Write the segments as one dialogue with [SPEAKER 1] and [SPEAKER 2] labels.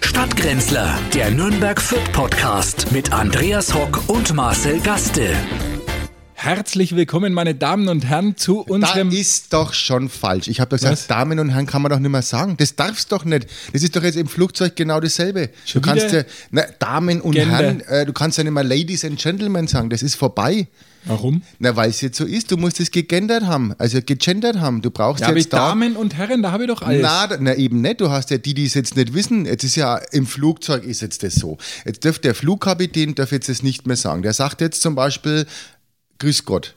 [SPEAKER 1] Stadtgrenzler, der Nürnberg Fit Podcast mit Andreas Hock und Marcel Gaste.
[SPEAKER 2] Herzlich willkommen, meine Damen und Herren, zu unserem.
[SPEAKER 3] Da ist doch schon falsch. Ich habe doch gesagt,
[SPEAKER 2] Was?
[SPEAKER 3] Damen und Herren kann man doch nicht mehr sagen. Das darfst doch nicht. Das ist doch jetzt im Flugzeug genau dasselbe.
[SPEAKER 2] Schon
[SPEAKER 3] du kannst
[SPEAKER 2] wieder?
[SPEAKER 3] ja na, Damen und
[SPEAKER 2] Gender.
[SPEAKER 3] Herren, äh, du kannst ja nicht mehr Ladies and Gentlemen sagen. Das ist vorbei.
[SPEAKER 2] Warum?
[SPEAKER 3] Na, weil es jetzt so ist. Du musst es gegendert haben, also gegendert haben. Du brauchst
[SPEAKER 2] Da habe ich
[SPEAKER 3] jetzt da.
[SPEAKER 2] Damen und Herren, da habe ich doch alles.
[SPEAKER 3] Na, da- na, eben nicht. Du hast ja die, die es jetzt nicht wissen. Jetzt ist ja im Flugzeug ist jetzt das so. Jetzt dürft der Flugkapitän darf jetzt das nicht mehr sagen. Der sagt jetzt zum Beispiel Grüß Gott.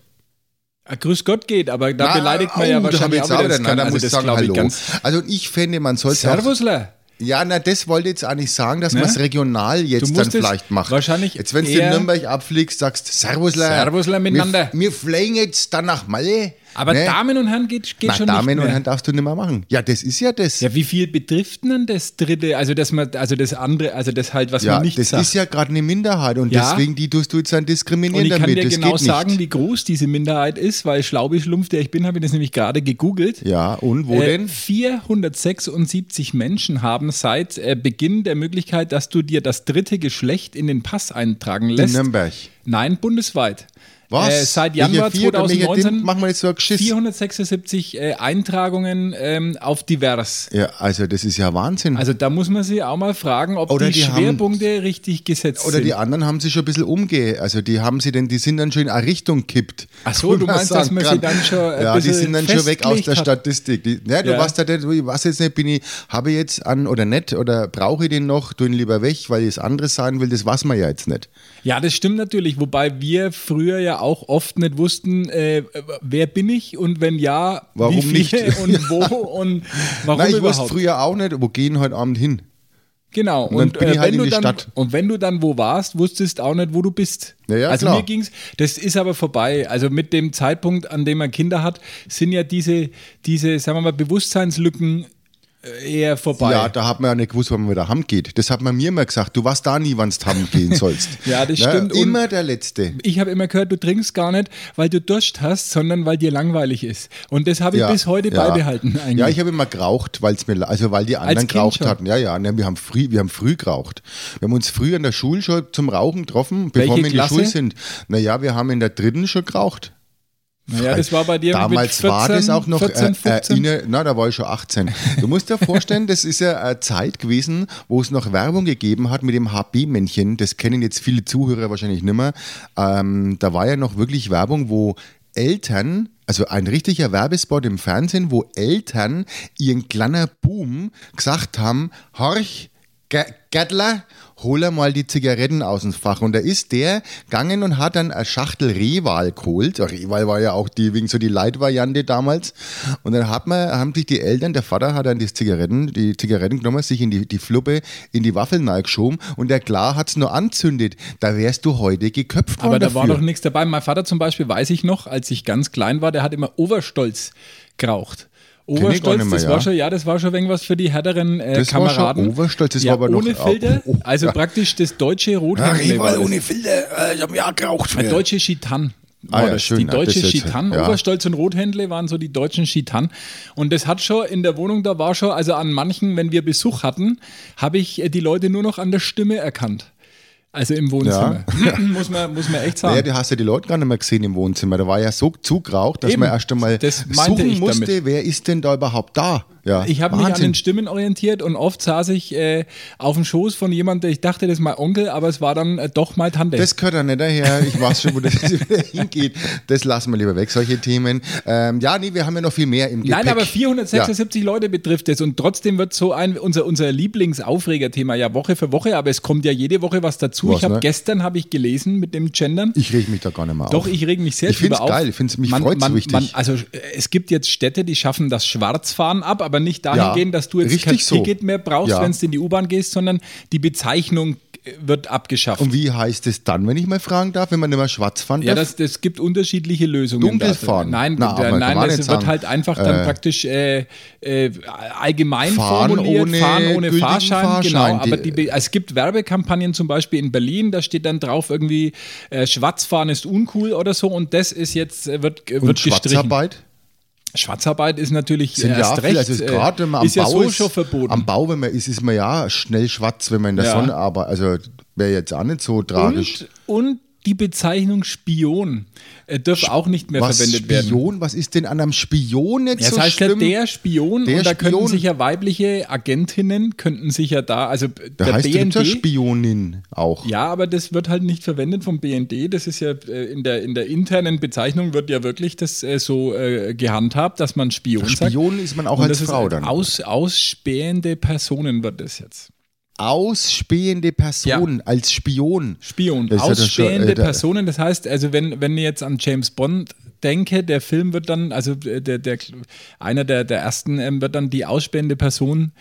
[SPEAKER 2] Ah, Grüß Gott geht, aber da
[SPEAKER 3] Na,
[SPEAKER 2] beleidigt man
[SPEAKER 3] oh,
[SPEAKER 2] ja
[SPEAKER 3] da hab ich
[SPEAKER 2] wahrscheinlich
[SPEAKER 3] jetzt
[SPEAKER 2] auch wieder. das
[SPEAKER 3] nein, da
[SPEAKER 2] Ganze.
[SPEAKER 3] muss ich
[SPEAKER 2] das
[SPEAKER 3] sagen,
[SPEAKER 2] glaube ich
[SPEAKER 3] hallo.
[SPEAKER 2] ganz.
[SPEAKER 3] also ich fände, man sollte auch,
[SPEAKER 2] Servusler.
[SPEAKER 3] ja, na, das wollte ich jetzt auch nicht sagen, dass
[SPEAKER 2] Ne?
[SPEAKER 3] man es regional jetzt dann
[SPEAKER 2] musst es
[SPEAKER 3] vielleicht macht.
[SPEAKER 2] wahrscheinlich
[SPEAKER 3] jetzt, wenn du
[SPEAKER 2] eher-
[SPEAKER 3] in Nürnberg abfliegst, sagst Servusler.
[SPEAKER 2] Servusler miteinander.
[SPEAKER 3] Wir, wir fliegen jetzt dann nach Malle.
[SPEAKER 2] Aber
[SPEAKER 3] ne?
[SPEAKER 2] Damen und Herren geht, geht
[SPEAKER 3] na,
[SPEAKER 2] schon
[SPEAKER 3] Damen
[SPEAKER 2] nicht mehr.
[SPEAKER 3] und Herren darfst du nicht mehr machen. Ja, das ist ja das.
[SPEAKER 2] Ja, wie viel betrifft denn das dritte, also das, man, also das andere, also das halt, was
[SPEAKER 3] Ja,
[SPEAKER 2] man nicht
[SPEAKER 3] das
[SPEAKER 2] sagt?
[SPEAKER 3] ist ja gerade eine Minderheit und
[SPEAKER 2] Ja.
[SPEAKER 3] deswegen die tust du jetzt dann diskriminieren
[SPEAKER 2] und ich
[SPEAKER 3] damit.
[SPEAKER 2] kann dir
[SPEAKER 3] das
[SPEAKER 2] genau
[SPEAKER 3] geht
[SPEAKER 2] sagen,
[SPEAKER 3] nicht.
[SPEAKER 2] wie groß diese Minderheit ist, weil Schlaubi-Schlumpf, der ich bin, habe ich das nämlich gerade gegoogelt.
[SPEAKER 3] Ja, und wo
[SPEAKER 2] Äh,
[SPEAKER 3] denn?
[SPEAKER 2] 476 Menschen haben seit äh, Beginn der Möglichkeit, dass du dir das dritte Geschlecht in den Pass eintragen lässt.
[SPEAKER 3] Nürnberg.
[SPEAKER 2] Nein, bundesweit.
[SPEAKER 3] Was?
[SPEAKER 2] Äh, seit
[SPEAKER 3] Welcher
[SPEAKER 2] Januar
[SPEAKER 3] vier oder welcher Ding?
[SPEAKER 2] 2019
[SPEAKER 3] Machen wir jetzt so ein Geschiss.
[SPEAKER 2] 476 äh, Eintragungen ähm, auf divers.
[SPEAKER 3] Ja, also das ist ja Wahnsinn.
[SPEAKER 2] Also da muss man sich auch mal fragen, ob
[SPEAKER 3] Oder
[SPEAKER 2] die,
[SPEAKER 3] die haben-
[SPEAKER 2] Schwerpunkte richtig gesetzt
[SPEAKER 3] Oder
[SPEAKER 2] sind.
[SPEAKER 3] die anderen haben sich schon ein bisschen umgehe. Also die haben sie denn, die sind dann schon in eine Richtung kippt.
[SPEAKER 2] Ach so, du
[SPEAKER 3] Wo man
[SPEAKER 2] meinst, dass
[SPEAKER 3] sagen
[SPEAKER 2] man sie
[SPEAKER 3] kann,
[SPEAKER 2] dann schon ein
[SPEAKER 3] Ja, die
[SPEAKER 2] bisschen
[SPEAKER 3] sind dann schon weg aus
[SPEAKER 2] festgelegt
[SPEAKER 3] der
[SPEAKER 2] hat.
[SPEAKER 3] Statistik. Die, ja, du
[SPEAKER 2] Ja.
[SPEAKER 3] weißt ja nicht, ich weiß jetzt nicht, bin ich, habe ich jetzt an oder nicht oder brauche ich den noch, tu ihn lieber weg, weil ich es anderes sein will, das weiß man ja jetzt nicht.
[SPEAKER 2] Ja, das stimmt natürlich, wobei wir früher ja auch oft nicht wussten, äh, wer bin ich und wenn ja,
[SPEAKER 3] Warum
[SPEAKER 2] wie viele
[SPEAKER 3] nicht?
[SPEAKER 2] und wo und warum
[SPEAKER 3] Nein, ich wusste
[SPEAKER 2] überhaupt.
[SPEAKER 3] früher auch nicht, wo gehen heute Abend hin.
[SPEAKER 2] genau.
[SPEAKER 3] dann bin ich halt
[SPEAKER 2] wenn
[SPEAKER 3] in
[SPEAKER 2] du
[SPEAKER 3] die
[SPEAKER 2] dann,
[SPEAKER 3] Stadt.
[SPEAKER 2] Und wenn du dann wo warst, wusstest auch nicht, wo du bist.
[SPEAKER 3] Ja, ja,
[SPEAKER 2] also
[SPEAKER 3] klar.
[SPEAKER 2] mir ging's. Das ist aber vorbei. Also mit dem Zeitpunkt, an dem man Kinder hat, sind ja diese diese, sagen wir mal, Bewusstseinslücken äh, eher vorbei.
[SPEAKER 3] Ja, da hat man ja nicht gewusst, wann man wieder ham geht. Das hat man mir immer gesagt. Du warst da nie, wann du ham gehen sollst. Ne?
[SPEAKER 2] Ja, das stimmt. Und-
[SPEAKER 3] Immer der Letzte.
[SPEAKER 2] Ich habe immer gehört, du trinkst gar nicht, weil du Durst hast, sondern weil dir langweilig ist. Und das habe ich bis heute
[SPEAKER 3] ja.
[SPEAKER 2] beibehalten eigentlich.
[SPEAKER 3] Ja, ich habe immer geraucht, weil's mir, also weil die anderen
[SPEAKER 2] Kind
[SPEAKER 3] geraucht
[SPEAKER 2] schon?
[SPEAKER 3] hatten. Ja, ja, ne, wir, haben früh, wir haben früh geraucht. Wir haben uns früh in der Schule schon zum Rauchen getroffen, bevor
[SPEAKER 2] Welche
[SPEAKER 3] wir in der
[SPEAKER 2] Klasse?
[SPEAKER 3] Schule sind. Naja, wir haben in der dritten schon geraucht.
[SPEAKER 2] naja, das war bei dir
[SPEAKER 3] Damals
[SPEAKER 2] mit 14,
[SPEAKER 3] war das auch noch,
[SPEAKER 2] 14, 15.
[SPEAKER 3] Äh, inner, na, da war ich schon 18. Du musst dir vorstellen, das ist ja eine Zeit gewesen, wo es noch Werbung gegeben hat mit dem HB-Männchen. Das kennen jetzt viele Zuhörer wahrscheinlich nicht mehr. Ähm, da war ja noch wirklich Werbung, wo Eltern, also ein richtiger Werbespot im Fernsehen, wo Eltern ihren kleiner Boom gesagt haben, horch, Ge- Gärtler, hol er mal die Zigaretten aus dem Fach. Und da ist der gegangen und hat dann eine Schachtel Rehwahl geholt. Rehwahl war ja auch die, wegen so die Leitvariante damals. Und dann hat man, haben sich die Eltern, der Vater hat dann die Zigaretten, die Zigaretten genommen, sich in die, die Fluppe, in die Waffeln geschoben und der klar hat's nur anzündet. Da wärst du heute geköpft worden.
[SPEAKER 2] aber da
[SPEAKER 3] dafür.
[SPEAKER 2] war doch nichts dabei. Mein Vater zum Beispiel, weiß ich noch, als ich ganz klein war, der hat immer Overstolz geraucht.
[SPEAKER 3] ich gar
[SPEAKER 2] Overstolz,
[SPEAKER 3] nicht mehr,
[SPEAKER 2] das war
[SPEAKER 3] ja.
[SPEAKER 2] schon, ja, das war schon irgendwas für die härteren äh,
[SPEAKER 3] Das war schon
[SPEAKER 2] Kameraden.
[SPEAKER 3] Overstolz, das
[SPEAKER 2] ja,
[SPEAKER 3] war aber noch-
[SPEAKER 2] ohne Filter,
[SPEAKER 3] Oh, oh,
[SPEAKER 2] also
[SPEAKER 3] ja.
[SPEAKER 2] praktisch das deutsche
[SPEAKER 3] Ja,
[SPEAKER 2] Rothaarle war
[SPEAKER 3] Rehwahl
[SPEAKER 2] das.
[SPEAKER 3] ohne Filter, äh, ich hab ja geraucht.
[SPEAKER 2] Eine
[SPEAKER 3] früher.
[SPEAKER 2] deutsche Schitan.
[SPEAKER 3] Ah
[SPEAKER 2] war
[SPEAKER 3] ja,
[SPEAKER 2] das.
[SPEAKER 3] schön,
[SPEAKER 2] die
[SPEAKER 3] ja, das
[SPEAKER 2] deutsche
[SPEAKER 3] jetzt,
[SPEAKER 2] Schitan,
[SPEAKER 3] ja.
[SPEAKER 2] Oberstolz und Rothändle waren so die deutschen Schitan. Und das hat schon in der Wohnung, da war schon, also an manchen, wenn wir Besuch hatten, habe ich äh, die Leute nur noch an der Stimme erkannt. Also im Wohnzimmer. muss, man, muss man echt sagen.
[SPEAKER 3] Naja, du hast ja die Leute gar nicht mehr gesehen im Wohnzimmer. Da war ja so zugraucht, dass
[SPEAKER 2] Eben.
[SPEAKER 3] man erst einmal
[SPEAKER 2] Das meinte
[SPEAKER 3] suchen
[SPEAKER 2] ich
[SPEAKER 3] musste,
[SPEAKER 2] damit.
[SPEAKER 3] wer ist denn da überhaupt da? Ja,
[SPEAKER 2] Ich habe mich an
[SPEAKER 3] Wahnsinn.
[SPEAKER 2] den Stimmen orientiert und oft saß ich äh, auf dem Schoß von jemandem, ich dachte, das ist mein Onkel, aber es war dann äh, doch mal Tante.
[SPEAKER 3] Das gehört ja nicht daher. Ich weiß schon, wo das wieder hingeht. Das lassen wir lieber weg, solche Themen. Ähm, ja, nee, wir haben ja noch viel mehr im Gepäck.
[SPEAKER 2] Nein, aber 476 Leute betrifft es und trotzdem wird so ein unser unser Lieblingsaufregerthema ja Woche für Woche, aber es kommt ja jede Woche was dazu.
[SPEAKER 3] Was,
[SPEAKER 2] ich habe
[SPEAKER 3] ne?
[SPEAKER 2] gestern habe ich gelesen mit dem Gendern.
[SPEAKER 3] Ich reg mich da gar nicht mehr auf.
[SPEAKER 2] doch, ich reg mich sehr
[SPEAKER 3] Ich
[SPEAKER 2] drüber
[SPEAKER 3] find's
[SPEAKER 2] auf.
[SPEAKER 3] geil, ich find's- mich freut's richtig.
[SPEAKER 2] also äh, es gibt jetzt Städte, die schaffen das Schwarzfahren ab, aber nicht dahingehend,
[SPEAKER 3] Ja,
[SPEAKER 2] dass du jetzt
[SPEAKER 3] richtig
[SPEAKER 2] kein
[SPEAKER 3] so.
[SPEAKER 2] Ticket mehr brauchst,
[SPEAKER 3] Ja.
[SPEAKER 2] wenn du in die U-Bahn gehst, sondern die Bezeichnung äh, wird abgeschafft.
[SPEAKER 3] Und wie heißt es dann, wenn ich mal fragen darf, wenn man nicht mehr schwarz fand?
[SPEAKER 2] Ja, das, das gibt unterschiedliche Lösungen.
[SPEAKER 3] Dunkelfahren.
[SPEAKER 2] dafür. Nein,
[SPEAKER 3] Na,
[SPEAKER 2] da-
[SPEAKER 3] aber kann
[SPEAKER 2] nein
[SPEAKER 3] man
[SPEAKER 2] das
[SPEAKER 3] nicht
[SPEAKER 2] wird
[SPEAKER 3] sagen.
[SPEAKER 2] halt einfach dann
[SPEAKER 3] Äh,
[SPEAKER 2] praktisch äh, äh, allgemein
[SPEAKER 3] Fahren
[SPEAKER 2] formuliert,
[SPEAKER 3] ohne
[SPEAKER 2] fahren ohne
[SPEAKER 3] gültigen
[SPEAKER 2] Fahrschein.
[SPEAKER 3] Fahrschein.
[SPEAKER 2] Genau, aber
[SPEAKER 3] Die-
[SPEAKER 2] die, Be- es gibt Werbekampagnen zum Beispiel in Berlin, da steht dann drauf irgendwie, äh, Schwarzfahren ist uncool oder so und das ist jetzt, äh, wird, äh,
[SPEAKER 3] Und
[SPEAKER 2] wird gestrichen.
[SPEAKER 3] Schwarzarbeit?
[SPEAKER 2] Schwarzarbeit ist natürlich
[SPEAKER 3] Sind ja
[SPEAKER 2] erst
[SPEAKER 3] viel,
[SPEAKER 2] recht,
[SPEAKER 3] also ist
[SPEAKER 2] äh,
[SPEAKER 3] gerade wenn man
[SPEAKER 2] ist
[SPEAKER 3] am
[SPEAKER 2] ja
[SPEAKER 3] Bau
[SPEAKER 2] so
[SPEAKER 3] ist,
[SPEAKER 2] schon verboten.
[SPEAKER 3] am Bau, wenn man ist, ist man ja schnell schwarz, wenn man in der
[SPEAKER 2] Ja.
[SPEAKER 3] Sonne arbeitet. Also wäre jetzt auch nicht so tragisch.
[SPEAKER 2] und, und die Bezeichnung Spion äh, dürfte auch nicht mehr
[SPEAKER 3] was
[SPEAKER 2] verwendet
[SPEAKER 3] Spion,
[SPEAKER 2] werden.
[SPEAKER 3] was ist denn an einem Spion jetzt
[SPEAKER 2] Ja, das
[SPEAKER 3] so
[SPEAKER 2] heißt ja
[SPEAKER 3] schlimm?
[SPEAKER 2] der Spion
[SPEAKER 3] Der
[SPEAKER 2] und da könnten
[SPEAKER 3] Spion.
[SPEAKER 2] sich ja weibliche Agentinnen könnten sich ja da, also der
[SPEAKER 3] da heißt
[SPEAKER 2] BND,
[SPEAKER 3] ja Spionin auch.
[SPEAKER 2] ja, aber das wird halt nicht verwendet vom BND. Das ist ja äh, in der, in der internen Bezeichnung wird ja wirklich das äh, so äh, gehandhabt, dass man Spion sagt.
[SPEAKER 3] Spion ist man auch
[SPEAKER 2] Und
[SPEAKER 3] als
[SPEAKER 2] das
[SPEAKER 3] Frau
[SPEAKER 2] ist,
[SPEAKER 3] dann.
[SPEAKER 2] Aus, ausspähende Personen wird das jetzt.
[SPEAKER 3] Ausspähende Person als Spion.
[SPEAKER 2] Spion,
[SPEAKER 3] Das ist ja das
[SPEAKER 2] ausspähende
[SPEAKER 3] schon, äh, da-
[SPEAKER 2] Personen. Das heißt, also wenn, wenn ich jetzt an James Bond denke, der Film wird dann, also äh, der, der, einer der, der ersten ähm, wird dann die ausspähende Person,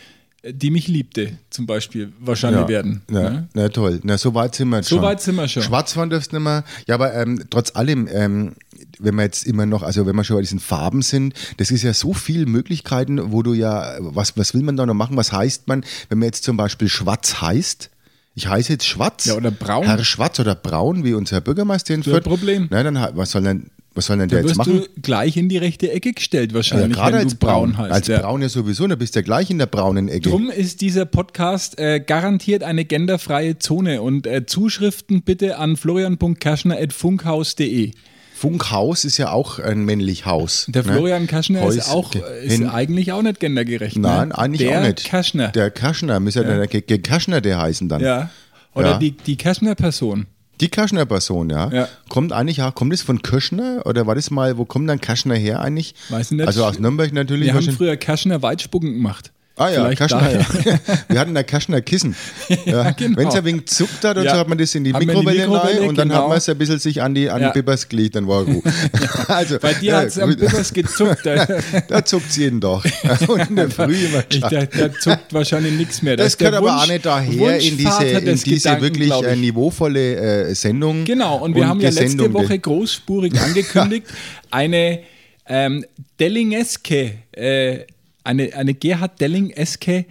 [SPEAKER 2] äh, die mich liebte, zum Beispiel, wahrscheinlich werden.
[SPEAKER 3] Na,
[SPEAKER 2] ne?
[SPEAKER 3] na toll, na so weit sind wir jetzt
[SPEAKER 2] So
[SPEAKER 3] schon.
[SPEAKER 2] weit sind wir schon.
[SPEAKER 3] Schwarzfahren dürfst nicht mehr. Ja, aber ähm, trotz allem, ähm, wenn wir jetzt immer noch, also wenn wir schon bei diesen Farben sind, das ist ja so viel Möglichkeiten, wo du ja, was, was will man da noch machen? Was heißt man, wenn man jetzt zum Beispiel schwarz heißt? Ich heiße jetzt schwarz.
[SPEAKER 2] Ja, oder braun.
[SPEAKER 3] Herr Schwarz oder braun, wie unser Bürgermeister
[SPEAKER 2] ein
[SPEAKER 3] hinführt.
[SPEAKER 2] Problem.
[SPEAKER 3] Nein, dann, ha- was soll denn, was soll denn der jetzt
[SPEAKER 2] Wirst
[SPEAKER 3] machen?
[SPEAKER 2] du gleich in die rechte Ecke gestellt, wahrscheinlich,
[SPEAKER 3] gerade
[SPEAKER 2] wenn
[SPEAKER 3] als
[SPEAKER 2] du braun, heißt.
[SPEAKER 3] Als
[SPEAKER 2] ja.
[SPEAKER 3] braun ja sowieso, dann bist du ja gleich in der braunen Ecke.
[SPEAKER 2] Drum ist dieser Podcast äh, garantiert eine genderfreie Zone und äh, Zuschriften bitte an florian.kerschner.funkhaus.de.
[SPEAKER 3] Funkhaus ist ja auch ein männlich Haus.
[SPEAKER 2] Der
[SPEAKER 3] ne?
[SPEAKER 2] Florian Kaschner ist
[SPEAKER 3] Heus-
[SPEAKER 2] auch ist
[SPEAKER 3] Hin-
[SPEAKER 2] eigentlich auch nicht gendergerecht.
[SPEAKER 3] Nein,
[SPEAKER 2] ne?
[SPEAKER 3] eigentlich
[SPEAKER 2] der
[SPEAKER 3] auch nicht.
[SPEAKER 2] Kaschner.
[SPEAKER 3] Der Kaschner, müsste ja. der Ge- Kaschner der heißen dann.
[SPEAKER 2] ja. Oder
[SPEAKER 3] Ja.
[SPEAKER 2] die, die Kaschner-Person.
[SPEAKER 3] Die Kaschner-Person, ja.
[SPEAKER 2] Ja.
[SPEAKER 3] Kommt eigentlich, ja, kommt das von Köschner oder war das mal, wo kommt dann Kaschner her eigentlich?
[SPEAKER 2] Weiß ich nicht.
[SPEAKER 3] Also aus Nürnberg natürlich.
[SPEAKER 2] Wir haben
[SPEAKER 3] wahrscheinlich.
[SPEAKER 2] früher Kaschner Weitspucken gemacht.
[SPEAKER 3] ah ja,
[SPEAKER 2] Vielleicht
[SPEAKER 3] Kaschner.
[SPEAKER 2] daher.
[SPEAKER 3] Ja. Wir hatten da Kaschner Kissen. ja,
[SPEAKER 2] genau.
[SPEAKER 3] Wenn es ein wenig zuckt hat und
[SPEAKER 2] Ja.
[SPEAKER 3] so hat man das in die
[SPEAKER 2] Hat man in die
[SPEAKER 3] Mikrowelle rein
[SPEAKER 2] Mikrowelle,
[SPEAKER 3] und dann
[SPEAKER 2] genau.
[SPEAKER 3] hat man es ein bisschen sich an die an
[SPEAKER 2] Ja.
[SPEAKER 3] den Bibbers gelegt, dann war gut. also,
[SPEAKER 2] Bei dir
[SPEAKER 3] ja,
[SPEAKER 2] hat es am
[SPEAKER 3] gut.
[SPEAKER 2] Bibbers gezuckt. Da, da,
[SPEAKER 3] Da zuckt es jeden Tag. Und in der Früh immer
[SPEAKER 2] ich, da, da zuckt wahrscheinlich nichts mehr. Da
[SPEAKER 3] Das
[SPEAKER 2] ist der
[SPEAKER 3] gehört aber
[SPEAKER 2] Wunsch-
[SPEAKER 3] auch nicht daher in diese,
[SPEAKER 2] Wunschvater
[SPEAKER 3] in
[SPEAKER 2] des
[SPEAKER 3] diese
[SPEAKER 2] Gedanken,
[SPEAKER 3] wirklich
[SPEAKER 2] glaub ich.
[SPEAKER 3] äh, niveauvolle äh, Sendung.
[SPEAKER 2] Genau, und wir haben ja letzte
[SPEAKER 3] Gesendung.
[SPEAKER 2] Woche großspurig angekündigt, eine ähm, Delling-eske, äh, eine, eine Gerhard Delling-eske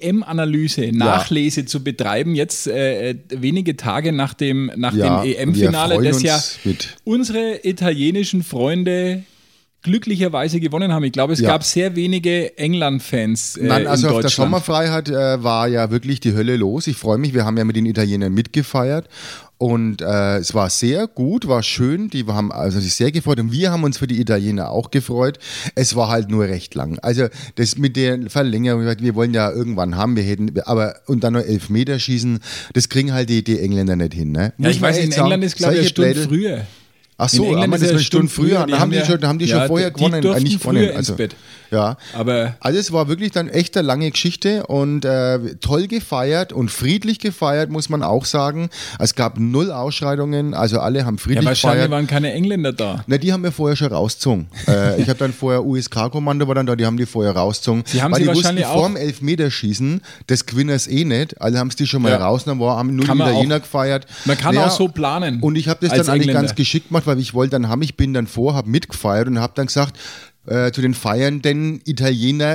[SPEAKER 2] EM-Analyse, Nachlese zu betreiben, jetzt äh, äh, wenige Tage nach dem, nach
[SPEAKER 3] Ja,
[SPEAKER 2] dem
[SPEAKER 3] wir
[SPEAKER 2] EM-Finale,
[SPEAKER 3] freuen
[SPEAKER 2] das
[SPEAKER 3] uns
[SPEAKER 2] ja
[SPEAKER 3] mit.
[SPEAKER 2] unsere italienischen Freunde glücklicherweise gewonnen haben. Ich glaube, es
[SPEAKER 3] Ja.
[SPEAKER 2] gab sehr wenige England-Fans äh,
[SPEAKER 3] Nein, also
[SPEAKER 2] in
[SPEAKER 3] auf der
[SPEAKER 2] Deutschland.
[SPEAKER 3] Sommerfreiheit äh, war ja wirklich die Hölle los. Ich freue mich, wir haben ja mit den Italienern mitgefeiert. Und äh, es war sehr gut, war schön. Die haben also sich sehr gefreut und wir haben uns für die Italiener auch gefreut. Es war halt nur recht lang. Also das mit der Verlängerung, wir wollen ja irgendwann haben, wir hätten, aber und dann noch Elfmeterschießen, das kriegen halt die, die Engländer nicht hin. Ne?
[SPEAKER 2] ja,
[SPEAKER 3] Muss
[SPEAKER 2] ich
[SPEAKER 3] man
[SPEAKER 2] weiß, in
[SPEAKER 3] ehrlich sagen,
[SPEAKER 2] England ist, glaube ich, eine
[SPEAKER 3] solche
[SPEAKER 2] Stunde
[SPEAKER 3] Blättel-
[SPEAKER 2] früher.
[SPEAKER 3] Ach so,
[SPEAKER 2] In
[SPEAKER 3] haben
[SPEAKER 2] England
[SPEAKER 3] wir
[SPEAKER 2] ist
[SPEAKER 3] das
[SPEAKER 2] ja
[SPEAKER 3] eine Stunde früher?
[SPEAKER 2] die
[SPEAKER 3] Da haben die,
[SPEAKER 2] ja-
[SPEAKER 3] schon, da haben die
[SPEAKER 2] ja,
[SPEAKER 3] schon vorher
[SPEAKER 2] die
[SPEAKER 3] gewonnen.
[SPEAKER 2] durften
[SPEAKER 3] äh, nicht
[SPEAKER 2] früher
[SPEAKER 3] gewonnen.
[SPEAKER 2] ins
[SPEAKER 3] also,
[SPEAKER 2] Bett.
[SPEAKER 3] Ja.
[SPEAKER 2] Aber-
[SPEAKER 3] also es war wirklich dann echt eine lange Geschichte und äh, toll gefeiert und friedlich gefeiert, muss man auch sagen. Es gab null Ausschreitungen, also alle haben
[SPEAKER 2] Ja,
[SPEAKER 3] friedlich
[SPEAKER 2] wahrscheinlich
[SPEAKER 3] gefeiert.
[SPEAKER 2] waren keine Engländer da.
[SPEAKER 3] Na, die haben wir vorher schon rausgezogen. äh, ich habe dann vorher USK-Kommando war dann da, die haben die vorher rausgezogen.
[SPEAKER 2] Sie haben
[SPEAKER 3] weil
[SPEAKER 2] sie
[SPEAKER 3] die
[SPEAKER 2] wahrscheinlich
[SPEAKER 3] wussten, vorm Elfmeterschießen des Gewinners eh nicht. Alle haben es die schon mal
[SPEAKER 2] Ja.
[SPEAKER 3] raus, dann war, haben nur
[SPEAKER 2] Kann
[SPEAKER 3] die
[SPEAKER 2] man auch-
[SPEAKER 3] Italiener gefeiert.
[SPEAKER 2] Man kann auch so planen
[SPEAKER 3] Und ich habe das
[SPEAKER 2] als
[SPEAKER 3] dann eigentlich
[SPEAKER 2] Engländer.
[SPEAKER 3] ganz geschickt gemacht, weil ich wollte dann haben, ich bin dann vor, habe mitgefeiert und habe dann gesagt, äh, zu den feiernden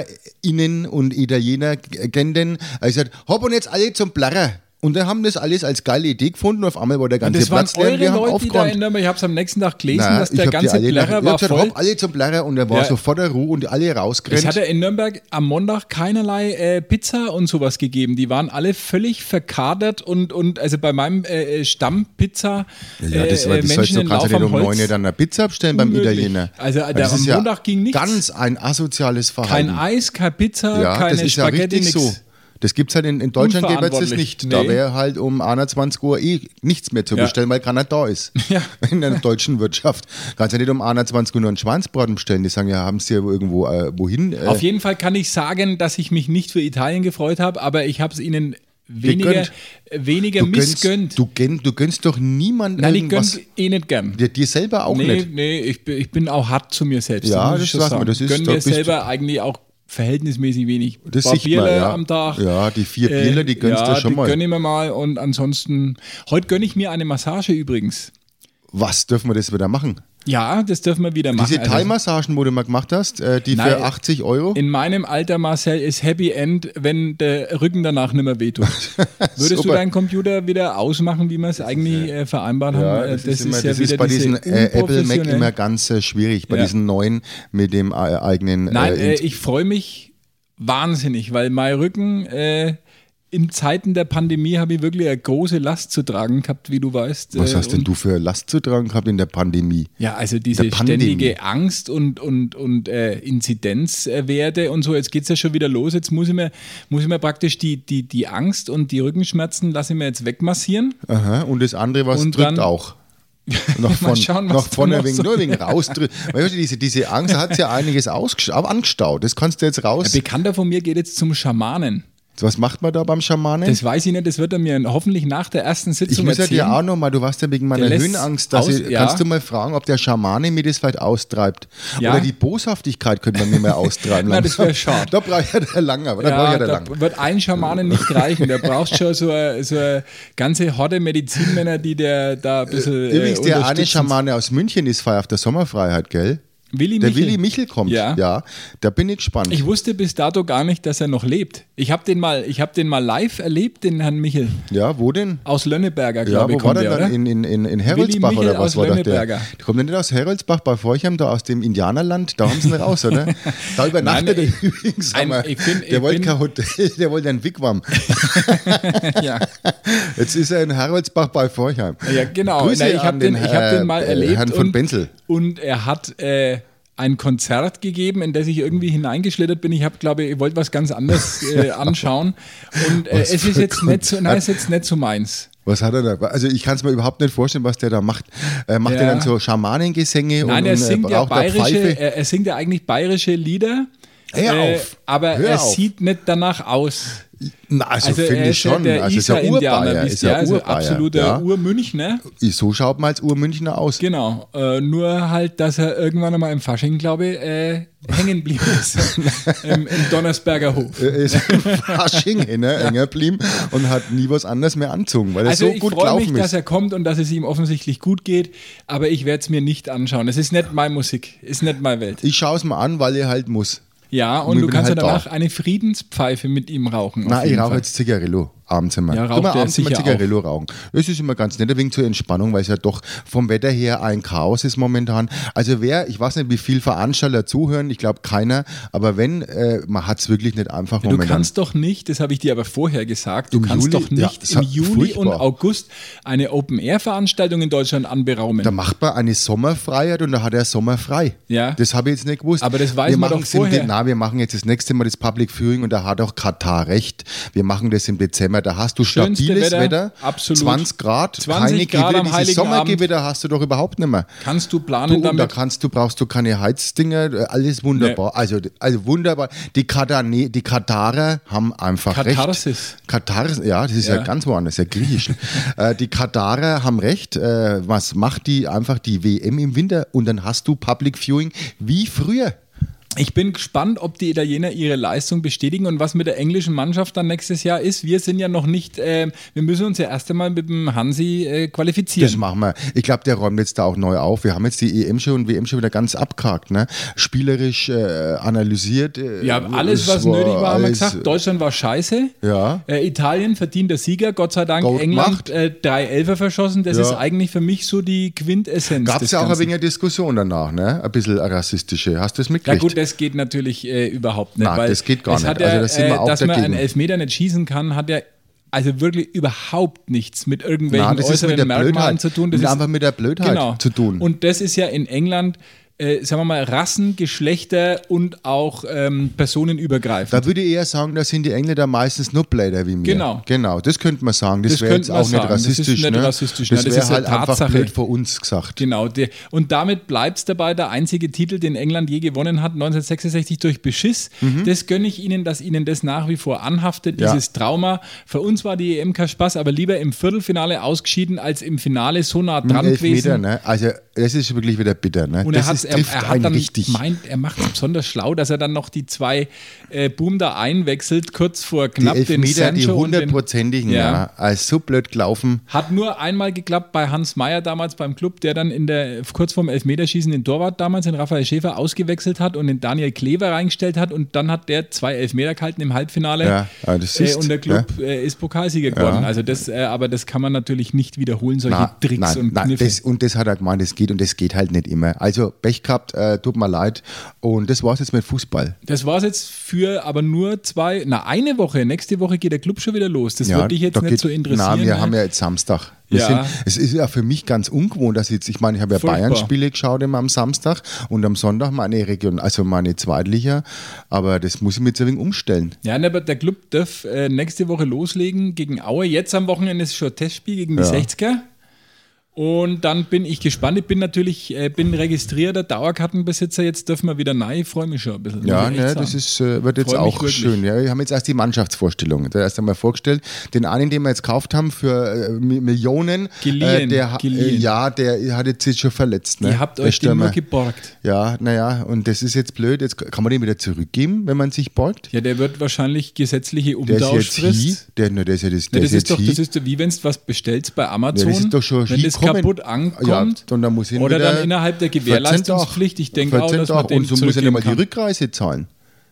[SPEAKER 3] ItalienerInnen und Italienergenden. Also ich gesagt, hopp und jetzt alle zum Blarrer. Und dann haben das alles als geile Idee gefunden und auf einmal war der ganze
[SPEAKER 2] Das waren
[SPEAKER 3] Platz leer
[SPEAKER 2] eure
[SPEAKER 3] und wir haben
[SPEAKER 2] Leute, die da
[SPEAKER 3] aufgeräumt.
[SPEAKER 2] in der, ich habe es am nächsten Tag gelesen,
[SPEAKER 3] Naja,
[SPEAKER 2] dass
[SPEAKER 3] ich
[SPEAKER 2] der
[SPEAKER 3] hab
[SPEAKER 2] ganze
[SPEAKER 3] die alle nach-
[SPEAKER 2] Plärrer
[SPEAKER 3] ich
[SPEAKER 2] war
[SPEAKER 3] hab gesagt,
[SPEAKER 2] voll.
[SPEAKER 3] Hopp, alle zum Plärrer und da war
[SPEAKER 2] Ja.
[SPEAKER 3] sofort der Ruhe und die alle rausgerannt.
[SPEAKER 2] Es hat ja in Nürnberg am Montag keinerlei äh, Pizza und sowas gegeben. Die waren alle völlig verkadert und, und also bei meinem äh, äh, Stammpizza
[SPEAKER 3] Ja, das war,
[SPEAKER 2] äh,
[SPEAKER 3] das sollst
[SPEAKER 2] Menschen
[SPEAKER 3] du
[SPEAKER 2] in
[SPEAKER 3] kannst
[SPEAKER 2] Lauf
[SPEAKER 3] ja nicht
[SPEAKER 2] am
[SPEAKER 3] um
[SPEAKER 2] Holz.
[SPEAKER 3] 9 Uhr dann eine Pizza abstellen
[SPEAKER 2] Unmöglich.
[SPEAKER 3] beim Italiener.
[SPEAKER 2] Also, der
[SPEAKER 3] das
[SPEAKER 2] am
[SPEAKER 3] ist
[SPEAKER 2] Montag ging nichts.
[SPEAKER 3] Ganz ein asoziales Verhalten.
[SPEAKER 2] Kein Eis, keine Pizza,
[SPEAKER 3] ja,
[SPEAKER 2] keine
[SPEAKER 3] das ist ja
[SPEAKER 2] Spaghetti,
[SPEAKER 3] richtig
[SPEAKER 2] nix.
[SPEAKER 3] so. Das gibt es halt in, in Deutschland gäbe es das nicht. Da
[SPEAKER 2] Nee.
[SPEAKER 3] wäre halt um 21 Uhr eh nichts mehr zu
[SPEAKER 2] Ja.
[SPEAKER 3] bestellen, weil keiner da ist.
[SPEAKER 2] Ja.
[SPEAKER 3] In der deutschen Wirtschaft. Kannst ja nicht um 21 Uhr nur einen Schwanzbraten bestellen. Die sagen ja, haben es ja irgendwo äh, wohin. Äh,
[SPEAKER 2] Auf jeden Fall kann ich sagen, dass ich mich nicht für Italien gefreut habe, aber ich habe es ihnen weniger,
[SPEAKER 3] Gegönnt.
[SPEAKER 2] weniger
[SPEAKER 3] du,
[SPEAKER 2] missgönnt.
[SPEAKER 3] gönnst, du, gönn, du gönnst doch niemandem
[SPEAKER 2] Nein, ich
[SPEAKER 3] irgendwas.
[SPEAKER 2] gönn's eh nicht gern.
[SPEAKER 3] Dir, dir selber auch
[SPEAKER 2] nee,
[SPEAKER 3] nicht.
[SPEAKER 2] nee, ich bin, ich bin auch hart zu mir selbst.
[SPEAKER 3] Ja,
[SPEAKER 2] muss ich
[SPEAKER 3] das
[SPEAKER 2] schon
[SPEAKER 3] sagt man,
[SPEAKER 2] sagen.
[SPEAKER 3] das ist-
[SPEAKER 2] Gönn
[SPEAKER 3] da
[SPEAKER 2] mir
[SPEAKER 3] bist du-
[SPEAKER 2] selber eigentlich auch verhältnismäßig wenig.
[SPEAKER 3] Das
[SPEAKER 2] Paar
[SPEAKER 3] sieht man,
[SPEAKER 2] Bierle
[SPEAKER 3] ja.
[SPEAKER 2] am Tag.
[SPEAKER 3] Ja, die vier
[SPEAKER 2] Äh,
[SPEAKER 3] Bierle, die gönnst
[SPEAKER 2] ja,
[SPEAKER 3] du schon
[SPEAKER 2] die
[SPEAKER 3] mal.
[SPEAKER 2] gönn ich mir mal und ansonsten, heute gönne ich mir eine Massage übrigens.
[SPEAKER 3] Was dürfen wir das wieder machen?
[SPEAKER 2] Ja, das dürfen wir wieder machen.
[SPEAKER 3] Diese Thai-Massagen, wo du mal gemacht hast, äh, die
[SPEAKER 2] also Nein.
[SPEAKER 3] für 80 Euro.
[SPEAKER 2] In meinem Alter, Marcel, ist Happy End, wenn der Rücken danach nicht mehr wehtut. Würdest du
[SPEAKER 3] Super.
[SPEAKER 2] deinen Computer wieder ausmachen, wie wir es eigentlich äh, vereinbart haben? Äh,
[SPEAKER 3] immer, das ist bei diesen äh, Apple Mac immer ganz äh, schwierig, bei
[SPEAKER 2] Ja.
[SPEAKER 3] diesen neuen mit dem äh, eigenen.
[SPEAKER 2] Nein,
[SPEAKER 3] äh,
[SPEAKER 2] äh, ich freue mich wahnsinnig, weil mein Rücken äh, in Zeiten der Pandemie habe ich wirklich eine große Last zu tragen gehabt, wie du weißt.
[SPEAKER 3] was
[SPEAKER 2] äh,
[SPEAKER 3] hast denn
[SPEAKER 2] und-
[SPEAKER 3] du für Last zu tragen gehabt in der Pandemie?
[SPEAKER 2] Ja, also diese
[SPEAKER 3] Der Pandemie.
[SPEAKER 2] ständige Angst und, und, und äh, Inzidenzwerte und so, jetzt geht's ja schon wieder los. Jetzt muss ich mir, muss ich mir praktisch die, die, die Angst und die Rückenschmerzen lasse ich mir jetzt wegmassieren.
[SPEAKER 3] Aha, und das andere, was
[SPEAKER 2] Und
[SPEAKER 3] drückt
[SPEAKER 2] dann-
[SPEAKER 3] auch. Noch
[SPEAKER 2] Mal
[SPEAKER 3] von,
[SPEAKER 2] schauen, was
[SPEAKER 3] noch
[SPEAKER 2] da
[SPEAKER 3] von
[SPEAKER 2] noch
[SPEAKER 3] ein wenig,
[SPEAKER 2] so-
[SPEAKER 3] nur ein wenig rausdrücken. Weißt du, diese, diese Angst hat ja einiges ausgesch- ab- angestaut. Das kannst du jetzt raus.
[SPEAKER 2] Ein Bekannter von mir geht jetzt zum Schamanen.
[SPEAKER 3] Was macht man da beim Schamanen?
[SPEAKER 2] Das weiß ich nicht, das wird er mir hoffentlich nach der ersten
[SPEAKER 3] ich
[SPEAKER 2] Sitzung
[SPEAKER 3] muss ja
[SPEAKER 2] erzählen.
[SPEAKER 3] dir auch noch mal, du warst ja wegen meiner
[SPEAKER 2] lässt
[SPEAKER 3] Höhenangst, dass
[SPEAKER 2] aus-
[SPEAKER 3] ich,
[SPEAKER 2] ja.
[SPEAKER 3] kannst du mal fragen, ob der Schamane mir das vielleicht austreibt.
[SPEAKER 2] Ja.
[SPEAKER 3] Oder die Boshaftigkeit könnte man mir mal austreiben.
[SPEAKER 2] Na, das wär schade.
[SPEAKER 3] Da brauche ich ja der lange, aber da brauche ich ja der
[SPEAKER 2] da
[SPEAKER 3] lange.
[SPEAKER 2] wird ein Schamane nicht reichen. Da brauchst schon so eine, so eine ganze Horde Medizinmänner, die der da ein bisschen. äh,
[SPEAKER 3] Übrigens, der eine
[SPEAKER 2] unterstützen.
[SPEAKER 3] Schamane aus München ist frei auf der Sommerfreiheit, gell?
[SPEAKER 2] Willi
[SPEAKER 3] Der
[SPEAKER 2] Michel.
[SPEAKER 3] Willi Michel kommt.
[SPEAKER 2] Ja.
[SPEAKER 3] Da bin ich gespannt.
[SPEAKER 2] Ich wusste bis dato gar nicht, dass er noch lebt. Ich habe den mal, ich habe den mal live erlebt, den Herrn Michel
[SPEAKER 3] ja, wo denn?
[SPEAKER 2] aus Lönneberger,
[SPEAKER 3] Ja,
[SPEAKER 2] glaube
[SPEAKER 3] wo
[SPEAKER 2] ich,
[SPEAKER 3] war
[SPEAKER 2] kommt
[SPEAKER 3] der
[SPEAKER 2] der, oder?
[SPEAKER 3] dann? In, in, in, in Heroldsbach
[SPEAKER 2] Willi Michel
[SPEAKER 3] oder was
[SPEAKER 2] aus
[SPEAKER 3] war das der?
[SPEAKER 2] Lönneberger.
[SPEAKER 3] Der kommt denn nicht aus Heroldsbach bei Forchheim, da aus dem Indianerland, da haben sie ihn raus, oder? Da übernachtet
[SPEAKER 2] Nein,
[SPEAKER 3] er übrigens.
[SPEAKER 2] ein-
[SPEAKER 3] einmal.
[SPEAKER 2] ich bin- ich
[SPEAKER 3] der wollte
[SPEAKER 2] bin-
[SPEAKER 3] kein Hotel, der wollte ein Wigwam.
[SPEAKER 2] ja.
[SPEAKER 3] Jetzt ist er in Heroldsbach bei Forchheim.
[SPEAKER 2] ja, genau.
[SPEAKER 3] Grüße
[SPEAKER 2] Na, ich
[SPEAKER 3] an
[SPEAKER 2] habe den, ich hab
[SPEAKER 3] äh,
[SPEAKER 2] den mal
[SPEAKER 3] äh,
[SPEAKER 2] erlebt.
[SPEAKER 3] Herrn von
[SPEAKER 2] und,
[SPEAKER 3] Benzel.
[SPEAKER 2] Und er hat äh, ein Konzert gegeben, in das ich irgendwie hineingeschlittert bin. Ich habe, glaube ich, ich wollte was ganz anderes äh, anschauen. Und äh,
[SPEAKER 3] Was
[SPEAKER 2] es ist
[SPEAKER 3] für
[SPEAKER 2] jetzt,
[SPEAKER 3] ein
[SPEAKER 2] nicht so, nein,
[SPEAKER 3] Konzert.
[SPEAKER 2] ist jetzt nicht so meins.
[SPEAKER 3] Was hat er da? Also ich kann es mir überhaupt nicht vorstellen, was der da macht. Äh, macht er
[SPEAKER 2] Ja.
[SPEAKER 3] dann so Schamanengesänge
[SPEAKER 2] Nein,
[SPEAKER 3] und,
[SPEAKER 2] er
[SPEAKER 3] und
[SPEAKER 2] singt,
[SPEAKER 3] äh,
[SPEAKER 2] ja
[SPEAKER 3] braucht er
[SPEAKER 2] bayerische,
[SPEAKER 3] Pfeife?
[SPEAKER 2] er, er singt ja eigentlich bayerische Lieder.
[SPEAKER 3] Hör
[SPEAKER 2] äh,
[SPEAKER 3] auf.
[SPEAKER 2] aber
[SPEAKER 3] Hör
[SPEAKER 2] er
[SPEAKER 3] auf.
[SPEAKER 2] sieht nicht danach aus.
[SPEAKER 3] Na, also,
[SPEAKER 2] Also,
[SPEAKER 3] finde
[SPEAKER 2] er
[SPEAKER 3] ich
[SPEAKER 2] ist
[SPEAKER 3] schon.
[SPEAKER 2] ja der
[SPEAKER 3] also ist ja
[SPEAKER 2] Isar-Indianer,
[SPEAKER 3] Urbayer.
[SPEAKER 2] wisst
[SPEAKER 3] Ist
[SPEAKER 2] ihr,
[SPEAKER 3] ja
[SPEAKER 2] also
[SPEAKER 3] Urbayer.
[SPEAKER 2] absoluter
[SPEAKER 3] ja?
[SPEAKER 2] Urmünchner.
[SPEAKER 3] so schaut man als Urmünchner aus.
[SPEAKER 2] Genau, äh, nur halt, dass er irgendwann einmal im Fasching, glaube ich, äh, hängen blieb ist. Im, Im Donnersberger Hof.
[SPEAKER 3] Er äh, ist im Fasching ne, enger geblieben und hat nie was anderes mehr anzogen, weil es
[SPEAKER 2] Also
[SPEAKER 3] so
[SPEAKER 2] ich
[SPEAKER 3] gut
[SPEAKER 2] freue mich,
[SPEAKER 3] gelaufen
[SPEAKER 2] dass
[SPEAKER 3] ist.
[SPEAKER 2] er kommt und dass es ihm offensichtlich gut geht, aber ich werde es mir nicht anschauen. Es ist nicht meine Musik, ist nicht meine Welt.
[SPEAKER 3] Ich schaue es mal an, weil er halt muss.
[SPEAKER 2] Ja, und
[SPEAKER 3] Ich
[SPEAKER 2] du
[SPEAKER 3] bin
[SPEAKER 2] kannst
[SPEAKER 3] halt
[SPEAKER 2] ja danach
[SPEAKER 3] da.
[SPEAKER 2] eine Friedenspfeife mit ihm rauchen. auf
[SPEAKER 3] Nein, ich
[SPEAKER 2] jeden
[SPEAKER 3] rauche
[SPEAKER 2] Fall.
[SPEAKER 3] jetzt Zigarillo abends immer.
[SPEAKER 2] Ja,
[SPEAKER 3] Tu
[SPEAKER 2] raucht
[SPEAKER 3] mal
[SPEAKER 2] der
[SPEAKER 3] abends immer
[SPEAKER 2] sicher
[SPEAKER 3] Zigarillo rauchen. Das ist immer ganz nett, ein wenig zur Entspannung, weil es ja doch vom Wetter her ein Chaos ist momentan. Also wer, ich weiß nicht, wie viel Veranstalter zuhören, ich glaube keiner, aber wenn, äh, man hat es wirklich nicht einfach
[SPEAKER 2] Du
[SPEAKER 3] momentan.
[SPEAKER 2] kannst doch nicht, das habe ich dir aber vorher gesagt, du
[SPEAKER 3] Im
[SPEAKER 2] kannst
[SPEAKER 3] Juli?
[SPEAKER 2] doch
[SPEAKER 3] Ja,
[SPEAKER 2] nicht
[SPEAKER 3] das
[SPEAKER 2] im
[SPEAKER 3] hat-
[SPEAKER 2] Juli und
[SPEAKER 3] furchtbar.
[SPEAKER 2] August eine Open-Air-Veranstaltung in Deutschland anberaumen.
[SPEAKER 3] Da macht man eine Sommerfreiheit und da hat er Sommer frei.
[SPEAKER 2] Ja.
[SPEAKER 3] Das habe ich jetzt nicht gewusst.
[SPEAKER 2] Aber das weiß
[SPEAKER 3] wir
[SPEAKER 2] man
[SPEAKER 3] machen's
[SPEAKER 2] doch vorher.
[SPEAKER 3] Im, De- na, wir machen jetzt das nächste Mal das Public Viewing und da hat auch Katar recht. Wir machen das im Dezember. Da hast du
[SPEAKER 2] Schönste
[SPEAKER 3] stabiles
[SPEAKER 2] Wetter,
[SPEAKER 3] Wetter,
[SPEAKER 2] absolut.
[SPEAKER 3] 20 Grad,
[SPEAKER 2] 20
[SPEAKER 3] keine
[SPEAKER 2] Grad am
[SPEAKER 3] Gewitter. Diese
[SPEAKER 2] Heiligen
[SPEAKER 3] Sommergewitter hast du doch überhaupt nicht mehr.
[SPEAKER 2] Kannst du
[SPEAKER 3] Du,
[SPEAKER 2] planen
[SPEAKER 3] und da
[SPEAKER 2] damit?
[SPEAKER 3] kannst du, brauchst du keine Heizdinger, äh, alles wunderbar. Also, also wunderbar. Die, Katane, die Katarer haben einfach
[SPEAKER 2] Katharsis.
[SPEAKER 3] recht. Katharsis. Ja, das ist ja,
[SPEAKER 2] Ja.
[SPEAKER 3] ganz woanders, ja griechisch. äh, die Katarer haben recht. Äh, was macht die einfach die WM im Winter und dann hast du Public Viewing wie früher.
[SPEAKER 2] Ich bin gespannt, ob die Italiener ihre Leistung bestätigen und was mit der englischen Mannschaft dann nächstes Jahr ist. Wir sind ja noch nicht, ähm, wir müssen uns ja erst einmal mit dem Hansi äh,
[SPEAKER 3] Das
[SPEAKER 2] qualifizieren.
[SPEAKER 3] machen wir. Ich glaube, der räumt jetzt da auch neu auf. Wir haben jetzt die EM schon und WM schon wieder ganz abgehakt. Ne? Spielerisch äh, analysiert. äh,
[SPEAKER 2] ja, alles,
[SPEAKER 3] es
[SPEAKER 2] was nötig war, haben wir
[SPEAKER 3] alles- äh,
[SPEAKER 2] gesagt. Deutschland war scheiße.
[SPEAKER 3] Ja.
[SPEAKER 2] Äh, Italien verdienter Sieger, Gott sei Dank.
[SPEAKER 3] Gold
[SPEAKER 2] England
[SPEAKER 3] gemacht.
[SPEAKER 2] äh, drei Elfer verschossen. Das
[SPEAKER 3] Ja.
[SPEAKER 2] ist eigentlich für mich so die Quintessenz.
[SPEAKER 3] Gab
[SPEAKER 2] des
[SPEAKER 3] es ja auch ein
[SPEAKER 2] Ganzen.
[SPEAKER 3] wenig eine Diskussion danach, ne? Ein bisschen rassistische. Hast du das
[SPEAKER 2] Ja
[SPEAKER 3] mitgekriegt?
[SPEAKER 2] gut, das geht natürlich äh, überhaupt nicht.
[SPEAKER 3] Nein,
[SPEAKER 2] weil
[SPEAKER 3] das geht gar
[SPEAKER 2] es
[SPEAKER 3] nicht.
[SPEAKER 2] Hat ja,
[SPEAKER 3] Also das sind wir
[SPEAKER 2] äh,
[SPEAKER 3] auch
[SPEAKER 2] dass man einen
[SPEAKER 3] dagegen.
[SPEAKER 2] Elfmeter nicht schießen kann, hat ja also wirklich überhaupt nichts mit irgendwelchen
[SPEAKER 3] Nein, das ist
[SPEAKER 2] äußeren
[SPEAKER 3] mit der
[SPEAKER 2] Merkmalen
[SPEAKER 3] Blödheit.
[SPEAKER 2] zu tun. genau.
[SPEAKER 3] Mit einfach mit der Blödheit zu tun.
[SPEAKER 2] Und das ist ja in England, äh, sagen wir mal, Rassen, Geschlechter und auch ähm, personenübergreifend.
[SPEAKER 3] da würde ich eher sagen, da sind die Engländer meistens nur Bläder wie mir.
[SPEAKER 2] Genau.
[SPEAKER 3] Genau, das könnte man sagen. Das,
[SPEAKER 2] Das
[SPEAKER 3] wäre
[SPEAKER 2] könnte
[SPEAKER 3] jetzt
[SPEAKER 2] man
[SPEAKER 3] auch
[SPEAKER 2] sagen.
[SPEAKER 3] nicht
[SPEAKER 2] Das ist
[SPEAKER 3] rassistisch.
[SPEAKER 2] nicht
[SPEAKER 3] ne?
[SPEAKER 2] rassistisch. Nein,
[SPEAKER 3] Das
[SPEAKER 2] das
[SPEAKER 3] wäre
[SPEAKER 2] ist ja
[SPEAKER 3] halt einfach
[SPEAKER 2] Tatsache.
[SPEAKER 3] blöd vor uns gesagt.
[SPEAKER 2] Genau, der, und damit bleibt es dabei, der einzige Titel, den England je gewonnen hat, 1966 durch Beschiss. Das gönne ich Ihnen, dass Ihnen das nach wie vor anhaftet,
[SPEAKER 3] Mhm. Ja.
[SPEAKER 2] dieses Trauma. Für uns war die EM kein Spaß, aber lieber im Viertelfinale ausgeschieden, als im Finale so nah
[SPEAKER 3] Mit
[SPEAKER 2] dran
[SPEAKER 3] Elfmeter,
[SPEAKER 2] gewesen.
[SPEAKER 3] ne? Also das ist wirklich wieder bitter. Ne?
[SPEAKER 2] Und
[SPEAKER 3] das
[SPEAKER 2] er hat
[SPEAKER 3] ist
[SPEAKER 2] er,
[SPEAKER 3] trifft
[SPEAKER 2] er
[SPEAKER 3] einen
[SPEAKER 2] hat dann
[SPEAKER 3] richtig.
[SPEAKER 2] meint, er macht es besonders schlau, dass er dann noch die zwei äh, Boom da einwechselt, kurz vor knapp
[SPEAKER 3] die
[SPEAKER 2] den
[SPEAKER 3] Elfmeter, die
[SPEAKER 2] Sancho und den,
[SPEAKER 3] hundertprozentigen,
[SPEAKER 2] Ja.
[SPEAKER 3] ja. als so blöd gelaufen.
[SPEAKER 2] Hat nur einmal geklappt bei Hans Meyer damals beim Club, der dann in der kurz vorm Elfmeterschießen den Torwart damals, den Raphael Schäfer, ausgewechselt hat und den Daniel Klever reingestellt hat und dann hat der zwei Elfmeter gehalten im Halbfinale.
[SPEAKER 3] Ja, ah, das
[SPEAKER 2] äh,
[SPEAKER 3] siehst,
[SPEAKER 2] und der Club äh, ist Pokalsieger geworden. Also das, äh, aber das kann man natürlich nicht wiederholen, solche
[SPEAKER 3] Na,
[SPEAKER 2] Tricks
[SPEAKER 3] nein,
[SPEAKER 2] und
[SPEAKER 3] nein,
[SPEAKER 2] Kniffe.
[SPEAKER 3] das, und das hat er gemeint, das geht und das geht halt nicht immer. Also Pech gehabt, äh, tut mir leid. Und das war's jetzt mit Fußball.
[SPEAKER 2] Das war's jetzt für aber nur zwei, na eine Woche. Nächste Woche geht der Club schon wieder los. Das würde dich jetzt
[SPEAKER 3] da
[SPEAKER 2] nicht
[SPEAKER 3] geht-
[SPEAKER 2] so interessieren.
[SPEAKER 3] Nein, wir
[SPEAKER 2] ne?
[SPEAKER 3] haben ja jetzt Samstag. Wir
[SPEAKER 2] Ja.
[SPEAKER 3] Sind, es ist ja für mich ganz ungewohnt, dass jetzt, ich meine, ich habe ja
[SPEAKER 2] Furchtbar.
[SPEAKER 3] Bayern-Spiele geschaut immer am Samstag und am Sonntag meine Region, also meine Zweitliga, aber das muss ich mir jetzt ein wenig umstellen.
[SPEAKER 2] Ja, ne, aber der Club darf äh, nächste Woche loslegen gegen Aue. Jetzt am Wochenende ist schon ein Testspiel gegen die 60er. Und dann bin ich gespannt. Ich bin natürlich äh, bin registrierter Dauerkartenbesitzer. Jetzt dürfen wir wieder nein. Ich freue mich schon ein bisschen.
[SPEAKER 3] Ja,
[SPEAKER 2] muss ich echt
[SPEAKER 3] ne,
[SPEAKER 2] sagen.
[SPEAKER 3] das ist, äh, wird jetzt
[SPEAKER 2] Freu mich
[SPEAKER 3] auch
[SPEAKER 2] wirklich.
[SPEAKER 3] schön. Ja, wir haben jetzt erst die Mannschaftsvorstellung. Da erst einmal vorgestellt. Den einen, den wir jetzt gekauft haben für äh, Mi- Millionen,
[SPEAKER 2] Geliehen,
[SPEAKER 3] äh, der, ha-
[SPEAKER 2] geliehen.
[SPEAKER 3] Äh, ja, der hat jetzt sich schon verletzt. Ne?
[SPEAKER 2] Ihr habt
[SPEAKER 3] Der
[SPEAKER 2] euch den
[SPEAKER 3] Stürmer.
[SPEAKER 2] nur geborgt.
[SPEAKER 3] Ja, naja, und das ist jetzt blöd. Jetzt kann man den wieder zurückgeben, wenn man sich borgt.
[SPEAKER 2] Ja, der wird wahrscheinlich gesetzliche
[SPEAKER 3] Der ist jetzt hier.
[SPEAKER 2] Umtauschfrist.
[SPEAKER 3] Der, ne, der ist ja das, der
[SPEAKER 2] Ja, das ist doch,
[SPEAKER 3] jetzt
[SPEAKER 2] das
[SPEAKER 3] hier.
[SPEAKER 2] ist doch wie wenn du was bestellst bei Amazon,
[SPEAKER 3] Ja, das ist doch schon
[SPEAKER 2] wenn das
[SPEAKER 3] hinkommen.
[SPEAKER 2] kaputt ankommt
[SPEAKER 3] Ja, und dann muss hin
[SPEAKER 2] oder
[SPEAKER 3] wieder
[SPEAKER 2] dann innerhalb der
[SPEAKER 3] 14 Tage.
[SPEAKER 2] Gewährleistungspflicht. Ich denke auch,
[SPEAKER 3] 14
[SPEAKER 2] dass man
[SPEAKER 3] Tage.
[SPEAKER 2] den
[SPEAKER 3] Und so muss er
[SPEAKER 2] zurückgeben
[SPEAKER 3] nicht mal die
[SPEAKER 2] kann.
[SPEAKER 3] Rückreise zahlen.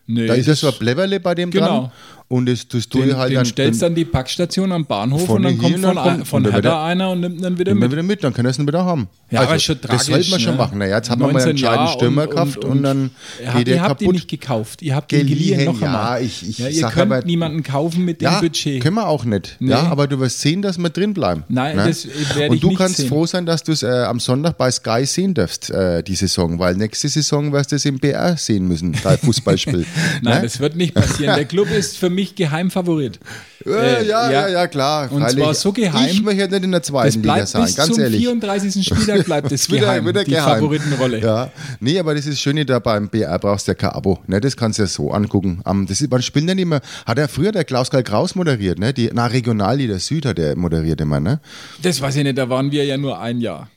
[SPEAKER 2] Nee,
[SPEAKER 3] Da ist ja so ein
[SPEAKER 2] das-
[SPEAKER 3] Bleberle bei dem
[SPEAKER 2] Genau.
[SPEAKER 3] dran. Und das, das tue
[SPEAKER 2] Den,
[SPEAKER 3] ich halt
[SPEAKER 2] den
[SPEAKER 3] dann.
[SPEAKER 2] stellst
[SPEAKER 3] dann
[SPEAKER 2] dann die Packstation am Bahnhof
[SPEAKER 3] Vorne
[SPEAKER 2] und dann
[SPEAKER 3] hier
[SPEAKER 2] kommt
[SPEAKER 3] und
[SPEAKER 2] von,
[SPEAKER 3] dann
[SPEAKER 2] ein-
[SPEAKER 3] kommt-
[SPEAKER 2] von
[SPEAKER 3] und dann
[SPEAKER 2] Hertha
[SPEAKER 3] wieder-
[SPEAKER 2] einer und nimmt dann wieder
[SPEAKER 3] immer
[SPEAKER 2] mit.
[SPEAKER 3] wieder mit, dann kann er es wieder haben. Also,
[SPEAKER 2] Ja, aber ist schon
[SPEAKER 3] das
[SPEAKER 2] tragisch,
[SPEAKER 3] sollte man schon
[SPEAKER 2] ne?
[SPEAKER 3] machen. Naja, jetzt hat man mal
[SPEAKER 2] 19
[SPEAKER 3] einen entscheidenden
[SPEAKER 2] Jahr
[SPEAKER 3] Stürmer gehabt und, dann
[SPEAKER 2] Ja,
[SPEAKER 3] geht
[SPEAKER 2] ihr
[SPEAKER 3] der
[SPEAKER 2] habt ihn
[SPEAKER 3] kaputt.
[SPEAKER 2] nicht gekauft, ihr habt ihn
[SPEAKER 3] Geliehen,
[SPEAKER 2] geliehen noch
[SPEAKER 3] ja,
[SPEAKER 2] einmal.
[SPEAKER 3] ich- ich
[SPEAKER 2] ja, ihr
[SPEAKER 3] sag
[SPEAKER 2] könnt
[SPEAKER 3] aber-
[SPEAKER 2] niemanden kaufen mit dem
[SPEAKER 3] ja,
[SPEAKER 2] Budget.
[SPEAKER 3] können wir auch nicht.
[SPEAKER 2] Nee.
[SPEAKER 3] Ja, aber du wirst sehen, dass wir drin bleiben.
[SPEAKER 2] Nein,
[SPEAKER 3] ne?
[SPEAKER 2] das werde ich
[SPEAKER 3] Und du
[SPEAKER 2] nicht
[SPEAKER 3] kannst
[SPEAKER 2] sehen.
[SPEAKER 3] froh sein, dass du es äh, am Sonntag bei Sky sehen darfst, äh, die Saison, weil nächste Saison wirst du es im BR sehen müssen, bei Fußballspiel.
[SPEAKER 2] Nein,
[SPEAKER 3] ne?
[SPEAKER 2] das wird nicht passieren. Der Club ist für mich Geheimfavorit.
[SPEAKER 3] Äh, ja,
[SPEAKER 2] Äh,
[SPEAKER 3] ja, ja, klar.
[SPEAKER 2] Und
[SPEAKER 3] freilich.
[SPEAKER 2] zwar so geheim.
[SPEAKER 3] Ich möchte nicht in der zweiten
[SPEAKER 2] Das
[SPEAKER 3] Liga
[SPEAKER 2] bleibt
[SPEAKER 3] sein,
[SPEAKER 2] bis
[SPEAKER 3] ganz
[SPEAKER 2] zum
[SPEAKER 3] ehrlich.
[SPEAKER 2] 34. Spieltag bleibt es geheim, die Favoritenrolle.
[SPEAKER 3] Ja. Nee, aber das ist schön, da beim BR brauchst du ja kein Abo. Ne? Das kannst du ja so angucken. Am- das ist, man spielt ja nicht mehr. Hat er früher der Klaus Karl Kraus moderiert, ne? Die, na, Regionalliga Süd hat er moderiert immer, ne?
[SPEAKER 2] Das weiß ich nicht, da waren wir ja nur ein Jahr.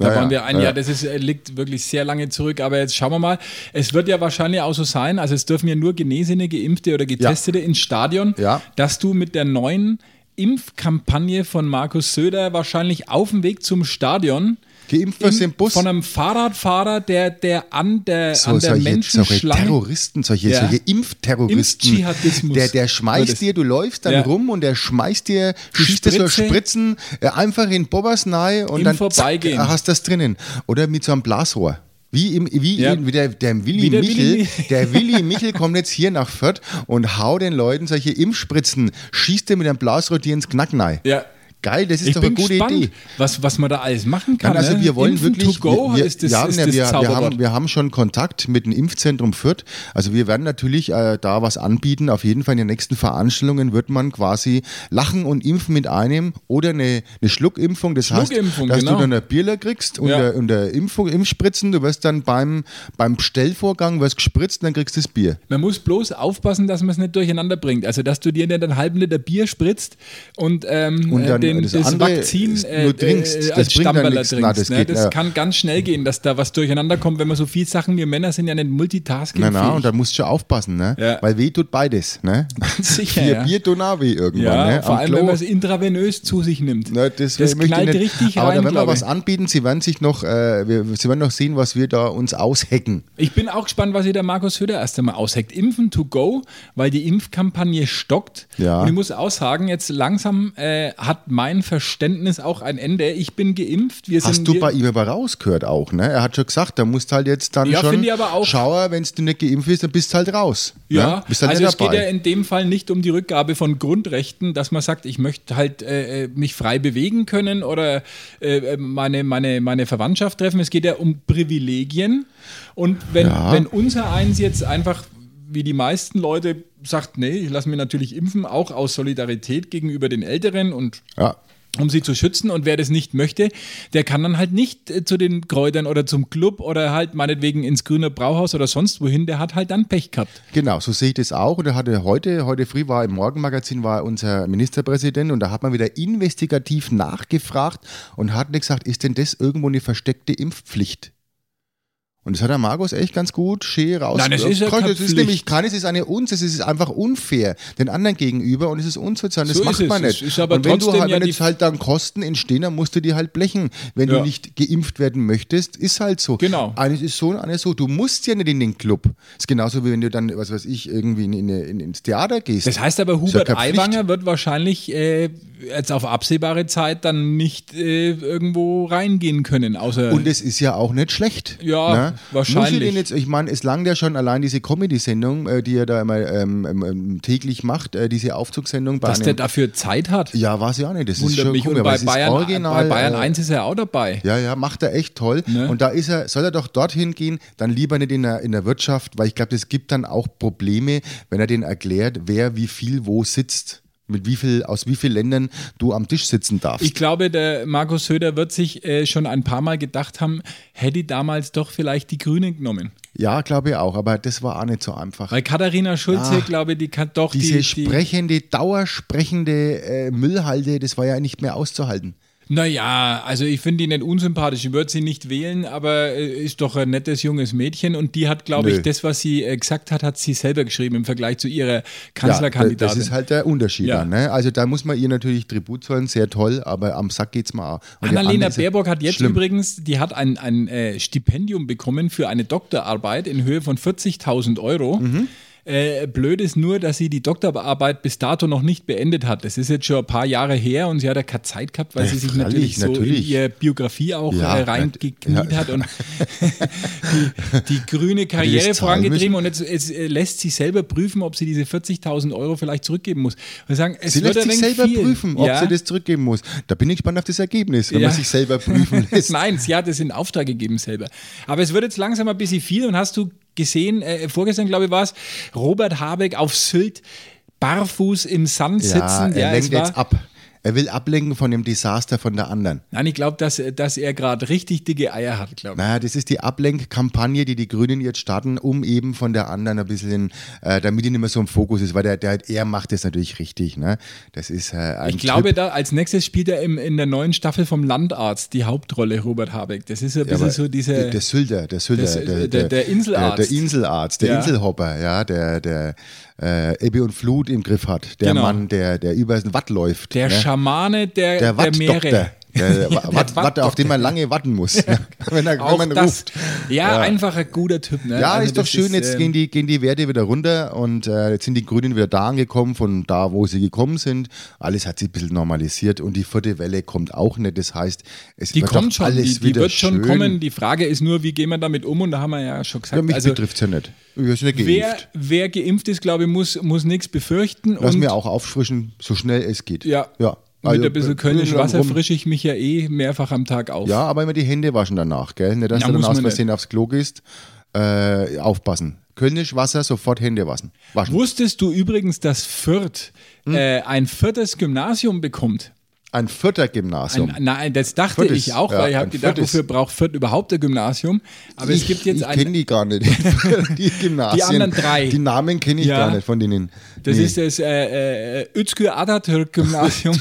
[SPEAKER 2] Da
[SPEAKER 3] Ja,
[SPEAKER 2] waren
[SPEAKER 3] ja,
[SPEAKER 2] wir ein
[SPEAKER 3] ja.
[SPEAKER 2] Jahr, das ist, äh, liegt wirklich sehr lange zurück. Aber jetzt schauen wir mal. Es wird ja wahrscheinlich auch so sein, also es dürfen ja nur Genesene, Geimpfte oder Getestete ins Stadion,
[SPEAKER 3] Ja.
[SPEAKER 2] dass du mit der neuen Impfkampagne von Markus Söder wahrscheinlich auf dem Weg zum Stadion
[SPEAKER 3] Geimpft wirst du im Bus.
[SPEAKER 2] von einem Fahrradfahrer, der, der an der,
[SPEAKER 3] so,
[SPEAKER 2] an der
[SPEAKER 3] solche, solche
[SPEAKER 2] Menschenschlange
[SPEAKER 3] Terroristen, solche,
[SPEAKER 2] Ja.
[SPEAKER 3] solche Impfterroristen.
[SPEAKER 2] Impfdschihadismus.
[SPEAKER 3] Der, der
[SPEAKER 2] Wird es-
[SPEAKER 3] schmeißt dir, du läufst dann
[SPEAKER 2] Ja.
[SPEAKER 3] rum und der schmeißt dir, schießt dir so
[SPEAKER 2] Spritze.
[SPEAKER 3] Spritzen äh, einfach in Bobbers nahe und
[SPEAKER 2] Im
[SPEAKER 3] dann
[SPEAKER 2] Vorbeigehen.
[SPEAKER 3] Zack, äh, hast das drinnen. Oder mit so einem Blasrohr. Wie, im, wie,
[SPEAKER 2] Ja.
[SPEAKER 3] in, wie der, der Willi
[SPEAKER 2] Wie der
[SPEAKER 3] Michel.
[SPEAKER 2] Willi-
[SPEAKER 3] Der Willi Michel kommt jetzt hier nach Fürth und hau den Leuten solche Impfspritzen, schießt dir mit einem Blasrohr dir ins Knacken rein.
[SPEAKER 2] Ja.
[SPEAKER 3] Geil, das ist
[SPEAKER 2] Ich
[SPEAKER 3] doch eine
[SPEAKER 2] bin
[SPEAKER 3] gute
[SPEAKER 2] gespannt,
[SPEAKER 3] Idee.
[SPEAKER 2] was, was man da alles machen kann.
[SPEAKER 3] Nein, also
[SPEAKER 2] ne?
[SPEAKER 3] wir wollen
[SPEAKER 2] Impfen
[SPEAKER 3] wirklich,
[SPEAKER 2] To go
[SPEAKER 3] wir,
[SPEAKER 2] ist das,
[SPEAKER 3] ja,
[SPEAKER 2] ist
[SPEAKER 3] ne,
[SPEAKER 2] das
[SPEAKER 3] wir, wir,
[SPEAKER 2] Zauberwort.
[SPEAKER 3] haben, wir haben schon Kontakt mit dem Impfzentrum Fürth. Also wir werden natürlich äh, da was anbieten. Auf jeden Fall in den nächsten Veranstaltungen wird man quasi lachen und impfen mit einem oder eine, eine Schluckimpfung. Das
[SPEAKER 2] Schluckimpfung,
[SPEAKER 3] heißt, dass
[SPEAKER 2] genau.
[SPEAKER 3] du dann eine Bierler kriegst und,
[SPEAKER 2] Ja.
[SPEAKER 3] der, und der Impfung, Impfspritzen. Du wirst dann beim, beim Bestellvorgang wirst gespritzt und dann kriegst du das Bier.
[SPEAKER 2] Man muss bloß aufpassen, dass man es nicht durcheinander bringt. Also, dass du dir nicht einen halben Liter Bier spritzt und, ähm,
[SPEAKER 3] Und dann
[SPEAKER 2] den, das,
[SPEAKER 3] das andere
[SPEAKER 2] Vakzin äh,
[SPEAKER 3] ist- nur trinkst. Das
[SPEAKER 2] als
[SPEAKER 3] bringt dann
[SPEAKER 2] Stammballer
[SPEAKER 3] nichts.
[SPEAKER 2] trinkst.
[SPEAKER 3] Na, das
[SPEAKER 2] ne?
[SPEAKER 3] geht,
[SPEAKER 2] das
[SPEAKER 3] na.
[SPEAKER 2] kann ganz schnell gehen, dass da was durcheinander kommt, wenn man so viel Sachen, wir Männer sind ja nicht multitasking
[SPEAKER 3] Na, na, und da musst du schon aufpassen, ne?
[SPEAKER 2] Ja.
[SPEAKER 3] Weil weh tut beides, ne?
[SPEAKER 2] Sicher,
[SPEAKER 3] Vier
[SPEAKER 2] ja.
[SPEAKER 3] Bier tun auch weh irgendwann,
[SPEAKER 2] ja,
[SPEAKER 3] ne?
[SPEAKER 2] vor
[SPEAKER 3] Am
[SPEAKER 2] allem,
[SPEAKER 3] Klo.
[SPEAKER 2] wenn man es intravenös zu sich nimmt.
[SPEAKER 3] Na,
[SPEAKER 2] das
[SPEAKER 3] das möchte ich
[SPEAKER 2] knallt
[SPEAKER 3] nicht.
[SPEAKER 2] richtig
[SPEAKER 3] Aber
[SPEAKER 2] rein,
[SPEAKER 3] da werden wir
[SPEAKER 2] glaub ich.
[SPEAKER 3] was anbieten. Sie werden sich noch, äh, wir, Sie werden noch sehen, was wir da uns aushacken.
[SPEAKER 2] Ich bin auch gespannt, was hier der Markus Höder erst einmal ausheckt. Impfen to go, weil die Impfkampagne stockt.
[SPEAKER 3] Ja.
[SPEAKER 2] Und ich muss auch sagen, jetzt langsam äh, hat mein Verständnis auch ein Ende. Ich bin geimpft. Wir
[SPEAKER 3] Hast
[SPEAKER 2] sind
[SPEAKER 3] du
[SPEAKER 2] wir,
[SPEAKER 3] bei ihm aber rausgehört auch, ne? Er hat schon gesagt, da musst halt jetzt dann
[SPEAKER 2] Ja,
[SPEAKER 3] schon
[SPEAKER 2] finde ich aber auch.
[SPEAKER 3] schauer, wenn du nicht geimpft bist, dann bist halt raus.
[SPEAKER 2] Ja,
[SPEAKER 3] ne? bist halt
[SPEAKER 2] also
[SPEAKER 3] nicht
[SPEAKER 2] es geht ja
[SPEAKER 3] dabei.
[SPEAKER 2] in dem Fall nicht um die Rückgabe von Grundrechten, dass man sagt, ich möchte halt äh, äh, mich frei bewegen können oder äh, äh, meine, meine, meine Verwandtschaft treffen. Es geht ja um Privilegien. Und wenn,
[SPEAKER 3] Ja.
[SPEAKER 2] wenn unser eins jetzt einfach wie die meisten Leute sagt, nee, ich lasse mich natürlich impfen, auch aus Solidarität gegenüber den Älteren und
[SPEAKER 3] Ja.
[SPEAKER 2] um sie zu schützen. Und wer das nicht möchte, der kann dann halt nicht äh, zu den Kräutern oder zum Club oder halt meinetwegen ins Grüne Brauhaus oder sonst wohin, der hat halt dann Pech gehabt.
[SPEAKER 3] Genau, so sehe ich das auch. Und da hatte heute, heute früh war im Morgenmagazin war unser Ministerpräsident und da hat man wieder investigativ nachgefragt und hat nicht gesagt, ist denn das irgendwo eine versteckte Impfpflicht? Und Und das hat der Markus echt ganz gut schön raus.
[SPEAKER 2] Nein, das ist ja keine
[SPEAKER 3] das ist
[SPEAKER 2] Pflicht.
[SPEAKER 3] nämlich kann, es ist eine Uns, es ist einfach unfair den anderen gegenüber und es ist unsozial. Das
[SPEAKER 2] So
[SPEAKER 3] macht
[SPEAKER 2] ist es.
[SPEAKER 3] man
[SPEAKER 2] Es
[SPEAKER 3] nicht.
[SPEAKER 2] ist aber
[SPEAKER 3] und wenn du
[SPEAKER 2] trotzdem
[SPEAKER 3] halt,
[SPEAKER 2] ja
[SPEAKER 3] wenn
[SPEAKER 2] die-
[SPEAKER 3] jetzt halt dann Kosten entstehen, dann musst du die halt blechen. Wenn
[SPEAKER 2] Ja.
[SPEAKER 3] du nicht geimpft werden möchtest, ist halt so.
[SPEAKER 2] Genau.
[SPEAKER 3] Eines ist so und eines so. Du musst ja nicht in den Club. ist genauso wie wenn du dann, was weiß ich, irgendwie in, in, in, ins Theater gehst.
[SPEAKER 2] Das heißt aber,
[SPEAKER 3] Ist ja
[SPEAKER 2] Hubert
[SPEAKER 3] keine Pflicht.
[SPEAKER 2] Aiwanger wird wahrscheinlich äh, jetzt auf absehbare Zeit dann nicht äh, irgendwo reingehen können, außer
[SPEAKER 3] Und es ist ja auch nicht schlecht. ne?
[SPEAKER 2] Ja, wahrscheinlich.
[SPEAKER 3] Muss ich, den jetzt, ich meine, es langt ja schon allein diese Comedy-Sendung, äh, die er da immer ähm, ähm, ähm, täglich macht, äh, diese Aufzugssendung. Bei
[SPEAKER 2] dass der
[SPEAKER 3] einem,
[SPEAKER 2] dafür Zeit hat.
[SPEAKER 3] ja, weiß ich auch nicht. Das ist
[SPEAKER 2] Wundert
[SPEAKER 3] schon
[SPEAKER 2] mich.
[SPEAKER 3] cool,
[SPEAKER 2] Und
[SPEAKER 3] aber
[SPEAKER 2] bei
[SPEAKER 3] es ist
[SPEAKER 2] Bayern,
[SPEAKER 3] original,
[SPEAKER 2] bei Bayern
[SPEAKER 3] äh,
[SPEAKER 2] 1 ist er auch dabei.
[SPEAKER 3] Ja, ja, macht er echt toll.
[SPEAKER 2] Ne?
[SPEAKER 3] Und da ist er, soll er doch dorthin gehen, dann lieber nicht in der, in der Wirtschaft, weil ich glaube, das gibt dann auch Probleme, wenn er denen erklärt, wer wie viel wo sitzt. Mit wie viel, aus wie vielen Ländern du am Tisch sitzen darfst.
[SPEAKER 2] Ich glaube, der Markus Söder wird sich äh, schon ein paar Mal gedacht haben, hätte ich damals doch vielleicht die Grünen genommen.
[SPEAKER 3] ja, glaube ich auch, aber das war auch nicht so einfach.
[SPEAKER 2] Weil Katharina Schulze,
[SPEAKER 3] Ach,
[SPEAKER 2] glaube ich, die kann doch die,
[SPEAKER 3] Diese
[SPEAKER 2] die
[SPEAKER 3] sprechende, dauersprechende äh, Müllhalde, das war ja nicht mehr auszuhalten.
[SPEAKER 2] Naja, also ich finde die nicht unsympathisch. Ich würde sie nicht wählen, aber äh, ist doch ein nettes junges Mädchen und die hat, glaube
[SPEAKER 3] Nö.
[SPEAKER 2] ich, das, was sie äh, gesagt hat, hat sie selber geschrieben im Vergleich zu ihrer
[SPEAKER 3] d-
[SPEAKER 2] Kanzlerkandidatin.
[SPEAKER 3] das ist halt der Unterschied.
[SPEAKER 2] Ja.
[SPEAKER 3] Dann, ne? Also da muss man ihr natürlich Tribut zollen, sehr toll, aber am Sack geht's mal auch. Und der andere
[SPEAKER 2] Annalena
[SPEAKER 3] ist-
[SPEAKER 2] Baerbock hat jetzt
[SPEAKER 3] schlimm.
[SPEAKER 2] übrigens, die hat ein, ein äh, Stipendium bekommen für eine Doktorarbeit in Höhe von 40.000 Euro.
[SPEAKER 3] Mhm.
[SPEAKER 2] Äh, blöd ist nur, dass sie die Doktorarbeit bis dato noch nicht beendet hat. Das ist jetzt schon ein paar Jahre her und sie hat ja keine Zeit gehabt, weil
[SPEAKER 3] Ja,
[SPEAKER 2] sie sich
[SPEAKER 3] freilich,
[SPEAKER 2] natürlich so in
[SPEAKER 3] natürlich.
[SPEAKER 2] ihre Biografie auch
[SPEAKER 3] Ja,
[SPEAKER 2] äh, reingekniet
[SPEAKER 3] ja.
[SPEAKER 2] hat und die, die grüne Karriere
[SPEAKER 3] zahlen
[SPEAKER 2] vorangetrieben
[SPEAKER 3] müssen?
[SPEAKER 2] und jetzt, jetzt äh, lässt sie selber prüfen, ob sie diese 40.000 Euro vielleicht zurückgeben muss. Und sagen, es
[SPEAKER 3] Sie
[SPEAKER 2] wird
[SPEAKER 3] lässt
[SPEAKER 2] ein
[SPEAKER 3] sich
[SPEAKER 2] wenig
[SPEAKER 3] selber
[SPEAKER 2] viel.
[SPEAKER 3] prüfen, ob
[SPEAKER 2] Ja.
[SPEAKER 3] sie das zurückgeben muss. Da bin ich gespannt auf das Ergebnis, wenn
[SPEAKER 2] Ja.
[SPEAKER 3] man sich selber prüfen lässt.
[SPEAKER 2] Nein, sie hat es in Auftrag gegeben selber. Aber es wird jetzt langsam ein bisschen viel und hast du gesehen, äh, vorgestern glaube ich war es, Robert Habeck auf Sylt barfuß im Sand
[SPEAKER 3] ja,
[SPEAKER 2] sitzen.
[SPEAKER 3] er
[SPEAKER 2] es
[SPEAKER 3] lenkt
[SPEAKER 2] war-
[SPEAKER 3] jetzt ab. Er will ablenken von dem Desaster von der anderen.
[SPEAKER 2] Nein, ich glaube, dass, dass er gerade richtig dicke Eier hat, glaube ich.
[SPEAKER 3] Naja, das ist die Ablenkkampagne, die die Grünen jetzt starten, um eben von der anderen ein bisschen, äh, damit die nicht mehr so im Fokus ist, weil der, der er macht das natürlich richtig. Ne? Das ist äh, ein
[SPEAKER 2] Ich glaube,
[SPEAKER 3] Trip.
[SPEAKER 2] da, als nächstes spielt er im, in der neuen Staffel vom Landarzt die Hauptrolle, Robert Habeck. Das ist so ein
[SPEAKER 3] Ja,
[SPEAKER 2] bisschen
[SPEAKER 3] aber
[SPEAKER 2] so diese.
[SPEAKER 3] der, der Sylder, der Sylder,
[SPEAKER 2] das- äh, der- der Inselarzt.
[SPEAKER 3] der, der Inselarzt, der
[SPEAKER 2] Ja.
[SPEAKER 3] Inselhopper, ja, der der äh, Ebbe und Flut im Griff hat, der
[SPEAKER 2] Genau.
[SPEAKER 3] Mann, der der über den Watt läuft,
[SPEAKER 2] der
[SPEAKER 3] ne?
[SPEAKER 2] Schamane der,
[SPEAKER 3] der
[SPEAKER 2] der Meere.
[SPEAKER 3] Wattdoktor, der, der, Wa- Watt, Watt, auf
[SPEAKER 2] Wattdoktor.
[SPEAKER 3] den man lange warten muss, wenn, er, wenn
[SPEAKER 2] genau. Auch
[SPEAKER 3] man
[SPEAKER 2] das.
[SPEAKER 3] ruft.
[SPEAKER 2] Ja, einfach ein guter Typ. Ne?
[SPEAKER 3] Ja,
[SPEAKER 2] Also
[SPEAKER 3] ist doch
[SPEAKER 2] das
[SPEAKER 3] schön. jetzt
[SPEAKER 2] ähm,
[SPEAKER 3] gehen, die, gehen die Werte wieder runter und äh, jetzt sind die Grünen wieder da angekommen, von da, wo sie gekommen sind. Alles hat sich ein bisschen normalisiert und die vierte Welle kommt auch nicht. Das heißt, es
[SPEAKER 2] Die
[SPEAKER 3] wird
[SPEAKER 2] kommt
[SPEAKER 3] doch
[SPEAKER 2] schon,
[SPEAKER 3] alles
[SPEAKER 2] die, die
[SPEAKER 3] wieder
[SPEAKER 2] wird schon
[SPEAKER 3] schön.
[SPEAKER 2] kommen. Die Frage ist nur, wie gehen wir damit um? Und da haben wir ja schon gesagt,
[SPEAKER 3] Ja, mich
[SPEAKER 2] also
[SPEAKER 3] betrifft es ja nicht. Ich bin nicht
[SPEAKER 2] wer,
[SPEAKER 3] geimpft.
[SPEAKER 2] wer geimpft ist, glaube ich, muss, muss nichts befürchten.
[SPEAKER 3] Lass
[SPEAKER 2] und
[SPEAKER 3] mir auch auffrischen, so schnell es geht.
[SPEAKER 2] Ja,
[SPEAKER 3] ja. Also,
[SPEAKER 2] mit ein bisschen Kölnisch
[SPEAKER 3] rum.
[SPEAKER 2] Wasser frische ich mich ja eh mehrfach am Tag auf.
[SPEAKER 3] Ja, aber immer die Hände waschen danach, gell? Nicht, dass
[SPEAKER 2] Na,
[SPEAKER 3] du dann
[SPEAKER 2] muss
[SPEAKER 3] aus
[SPEAKER 2] man
[SPEAKER 3] Versehen aufs Klo gehst. Äh, aufpassen. Kölnisch Wasser, sofort Hände waschen. waschen.
[SPEAKER 2] Wusstest du übrigens, dass Fürth
[SPEAKER 3] Hm.
[SPEAKER 2] äh, ein viertes Gymnasium bekommt?
[SPEAKER 3] Ein vierter Gymnasium.
[SPEAKER 2] Ein, nein, das dachte
[SPEAKER 3] Viertes,
[SPEAKER 2] ich auch,
[SPEAKER 3] ja,
[SPEAKER 2] weil ich habe
[SPEAKER 3] ein
[SPEAKER 2] gedacht,
[SPEAKER 3] viertes.
[SPEAKER 2] wofür braucht Fürth überhaupt ein Gymnasium? Aber also es gibt jetzt
[SPEAKER 3] ich kenne
[SPEAKER 2] ein,
[SPEAKER 3] die gar nicht. die Gymnasien.
[SPEAKER 2] Die anderen drei.
[SPEAKER 3] Die Namen kenne ich
[SPEAKER 2] Ja.
[SPEAKER 3] gar nicht von denen.
[SPEAKER 2] das
[SPEAKER 3] Nee.
[SPEAKER 2] ist das äh, äh, Özgür Atatürk Gymnasium.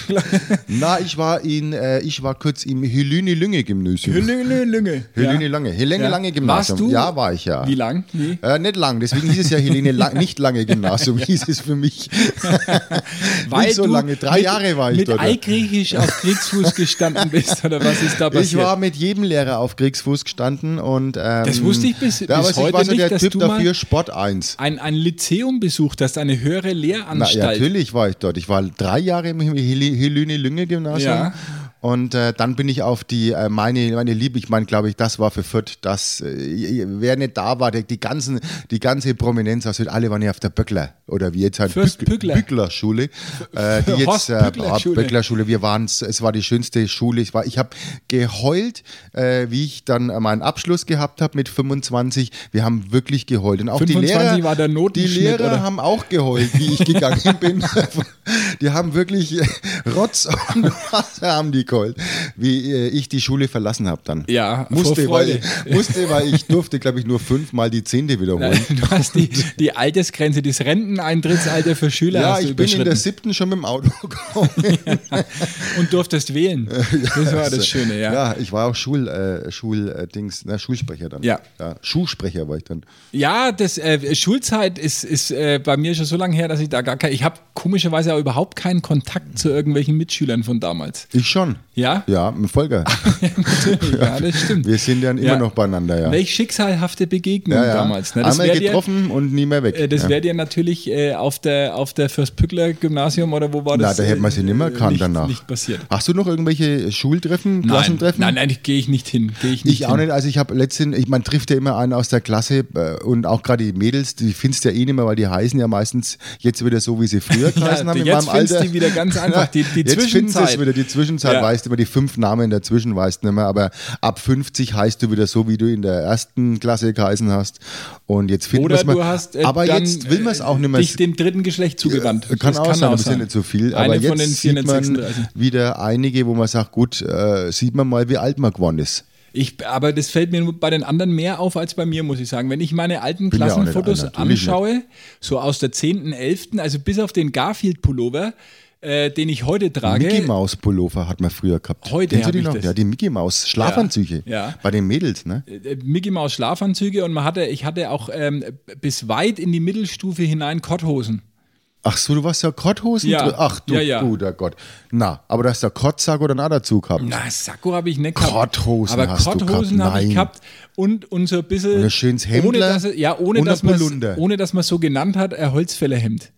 [SPEAKER 3] Na, ich war in, äh, ich war kurz im Helene Lünge Gymnasium.
[SPEAKER 2] Lünge, Lünge.
[SPEAKER 3] Helene Lange. Helene
[SPEAKER 2] Ja.
[SPEAKER 3] Lange Gymnasium.
[SPEAKER 2] Warst du?
[SPEAKER 3] Ja, war ich ja.
[SPEAKER 2] Wie lang? Wie?
[SPEAKER 3] Äh, nicht lang, deswegen hieß es ja Helene lang, nicht lange Gymnasium, hieß es für mich. nicht so
[SPEAKER 2] du
[SPEAKER 3] lange, drei
[SPEAKER 2] mit,
[SPEAKER 3] Jahre war ich
[SPEAKER 2] mit
[SPEAKER 3] dort.
[SPEAKER 2] Altgriechisch auf Kriegsfuß gestanden bist oder was ist da passiert?
[SPEAKER 3] Ich war mit jedem Lehrer auf Kriegsfuß gestanden und ähm,
[SPEAKER 2] Das wusste ich bis-
[SPEAKER 3] ja,
[SPEAKER 2] bis
[SPEAKER 3] aber ich
[SPEAKER 2] heute
[SPEAKER 3] war so
[SPEAKER 2] nicht,
[SPEAKER 3] der
[SPEAKER 2] dass
[SPEAKER 3] Typ
[SPEAKER 2] du mal-
[SPEAKER 3] dafür Sport 1.
[SPEAKER 2] ein, ein Lyzeum besucht, das ist eine höhere
[SPEAKER 3] Na,
[SPEAKER 2] Lehranstalt.
[SPEAKER 3] ja, natürlich war ich dort. Ich war drei Jahre im Helene-Lünge-Gymnasium.
[SPEAKER 2] Ja.
[SPEAKER 3] Und äh, dann bin ich auf die, äh, meine, meine Liebe, ich meine, glaube ich, das war für Fürth, das, äh, wer nicht da war, der, die, ganzen, die ganze Prominenz aus Fürth, alle waren ja auf der Böckler oder wie jetzt halt
[SPEAKER 2] Fürst Pückler.
[SPEAKER 3] Bückler-Schule. Äh, die
[SPEAKER 2] Horst
[SPEAKER 3] jetzt, äh,
[SPEAKER 2] Pückler-Schule.
[SPEAKER 3] Böckler Böcklerschule, wir waren es war die schönste Schule. Ich, war- ich habe geheult, äh, wie ich dann meinen Abschluss gehabt habe mit 25. Wir haben wirklich geheult. Und auch die
[SPEAKER 2] 25
[SPEAKER 3] Lehrer,
[SPEAKER 2] war der
[SPEAKER 3] die
[SPEAKER 2] Notenschnitt,
[SPEAKER 3] Lehrer
[SPEAKER 2] oder?
[SPEAKER 3] haben auch geheult, wie ich gegangen bin. Die haben wirklich äh, Rotz und Wasser haben die geholt, wie äh, ich die Schule verlassen habe dann.
[SPEAKER 2] Ja, vor
[SPEAKER 3] musste weil,
[SPEAKER 2] Freude.
[SPEAKER 3] musste, weil ich durfte, glaube ich, nur fünfmal die Zehnte wiederholen.
[SPEAKER 2] Du hast die, die Altersgrenze, das Renteneintrittsalter für Schüler
[SPEAKER 3] Ja,
[SPEAKER 2] hast du
[SPEAKER 3] ich bin in der
[SPEAKER 2] überschritten
[SPEAKER 3] siebten schon mit dem Auto gekommen.
[SPEAKER 2] und durftest wählen. Das war das Schöne, ja.
[SPEAKER 3] äh, Ja, ich war auch Schul, äh, Schul, äh, Dings, na, Schulsprecher dann.
[SPEAKER 2] Ja.
[SPEAKER 3] Schulsprecher war ich dann.
[SPEAKER 2] Ja, das äh, Schulzeit ist, ist äh, bei mir schon so lange her, dass ich da gar kein, ich habe komischerweise auch überhaupt keinen Kontakt zu irgendwelchen Mitschülern von damals.
[SPEAKER 3] Ich schon.
[SPEAKER 2] Ja?
[SPEAKER 3] Ja, ein Folger.
[SPEAKER 2] ja, das stimmt.
[SPEAKER 3] Wir sind dann immer
[SPEAKER 2] Ja.
[SPEAKER 3] noch beieinander, ja.
[SPEAKER 2] Welch schicksalhafte Begegnung
[SPEAKER 3] ja, ja.
[SPEAKER 2] damals. Ne? Das
[SPEAKER 3] Einmal
[SPEAKER 2] wäre dir,
[SPEAKER 3] getroffen und nie mehr weg.
[SPEAKER 2] äh, das
[SPEAKER 3] ja.
[SPEAKER 2] wär dir natürlich äh, auf der, auf der Fürst-Pückler-Gymnasium oder wo war
[SPEAKER 3] Na,
[SPEAKER 2] das?
[SPEAKER 3] da hätte man sie
[SPEAKER 2] äh,
[SPEAKER 3] nicht mehr erkannt
[SPEAKER 2] nicht,
[SPEAKER 3] danach.
[SPEAKER 2] Nicht passiert.
[SPEAKER 3] Hast du noch irgendwelche Schultreffen,
[SPEAKER 2] Nein,
[SPEAKER 3] Klassentreffen?
[SPEAKER 2] nein, nein, gehe ich nicht hin. Geh ich nicht
[SPEAKER 3] Ich
[SPEAKER 2] hin.
[SPEAKER 3] auch nicht. Also ich habe letztens, ich, man trifft ja immer einen aus der Klasse äh, und auch gerade die Mädels, die findest ja eh nicht mehr, weil die heißen ja meistens jetzt wieder so, wie sie früher geheißen haben in
[SPEAKER 2] jetzt
[SPEAKER 3] meinem
[SPEAKER 2] findest
[SPEAKER 3] Alter.
[SPEAKER 2] die wieder ganz einfach, die- die
[SPEAKER 3] jetzt findest du
[SPEAKER 2] Zwischenzeit.
[SPEAKER 3] es wieder, die Zwischenzeit
[SPEAKER 2] Ja.
[SPEAKER 3] weißt immer, die fünf Namen dazwischen weißt nicht mehr, aber ab 50 heißt du wieder so, wie du in der ersten Klasse geheißen hast. Und jetzt finden
[SPEAKER 2] Oder
[SPEAKER 3] wir's mal.
[SPEAKER 2] du hast äh,
[SPEAKER 3] aber
[SPEAKER 2] dann,
[SPEAKER 3] jetzt will man es auch nicht
[SPEAKER 2] äh,
[SPEAKER 3] mehr.
[SPEAKER 2] dich dem dritten Geschlecht zugewandt.
[SPEAKER 3] Äh, Kann
[SPEAKER 2] Das
[SPEAKER 3] auch sein, aber es sind nicht so viel.
[SPEAKER 2] Eine
[SPEAKER 3] aber jetzt
[SPEAKER 2] von den also
[SPEAKER 3] sieht man
[SPEAKER 2] 436.
[SPEAKER 3] wieder einige, wo man sagt, gut, äh, sieht man mal, wie alt man geworden ist.
[SPEAKER 2] Ich, aber das fällt mir bei den anderen mehr auf als bei mir, muss ich sagen. Wenn ich meine alten
[SPEAKER 3] Bin ja auch nicht
[SPEAKER 2] Klassenfotos
[SPEAKER 3] einer, natürlich nicht.
[SPEAKER 2] anschaue, so aus der 10., 11., also bis auf den Garfield-Pullover, äh, den ich heute trage.
[SPEAKER 3] Mickey Maus Pullover hat man früher gehabt.
[SPEAKER 2] Heute
[SPEAKER 3] Kennst du
[SPEAKER 2] hab
[SPEAKER 3] die
[SPEAKER 2] ich
[SPEAKER 3] noch?
[SPEAKER 2] das.
[SPEAKER 3] Ja, die Mickey Maus Schlafanzüge.
[SPEAKER 2] Ja, ja.
[SPEAKER 3] Bei den Mädels, ne?
[SPEAKER 2] äh, Mickey Maus Schlafanzüge und man hatte, ich hatte auch ähm, bis weit in die Mittelstufe hinein Kotthosen.
[SPEAKER 3] Ach so, du warst ja Kotthosen
[SPEAKER 2] Ja.
[SPEAKER 3] drin. Ach du
[SPEAKER 2] Ja, ja.
[SPEAKER 3] guter Gott. Na, aber du hast ja Kotzsack oder einen Ader zugehabt.
[SPEAKER 2] Na, Sakko habe ich nicht gehabt.
[SPEAKER 3] Kotthosen
[SPEAKER 2] Aber
[SPEAKER 3] hast du
[SPEAKER 2] Kotthosen
[SPEAKER 3] gehabt,
[SPEAKER 2] habe ich
[SPEAKER 3] nein.
[SPEAKER 2] gehabt und, und so ein bisschen.
[SPEAKER 3] Und ein schönes
[SPEAKER 2] Ohne,
[SPEAKER 3] Hemdler
[SPEAKER 2] dass, es- ja, ohne,
[SPEAKER 3] und ein
[SPEAKER 2] dass man
[SPEAKER 3] Polunder.
[SPEAKER 2] ohne dass man so genannt hat, ein Holzfällerhemd.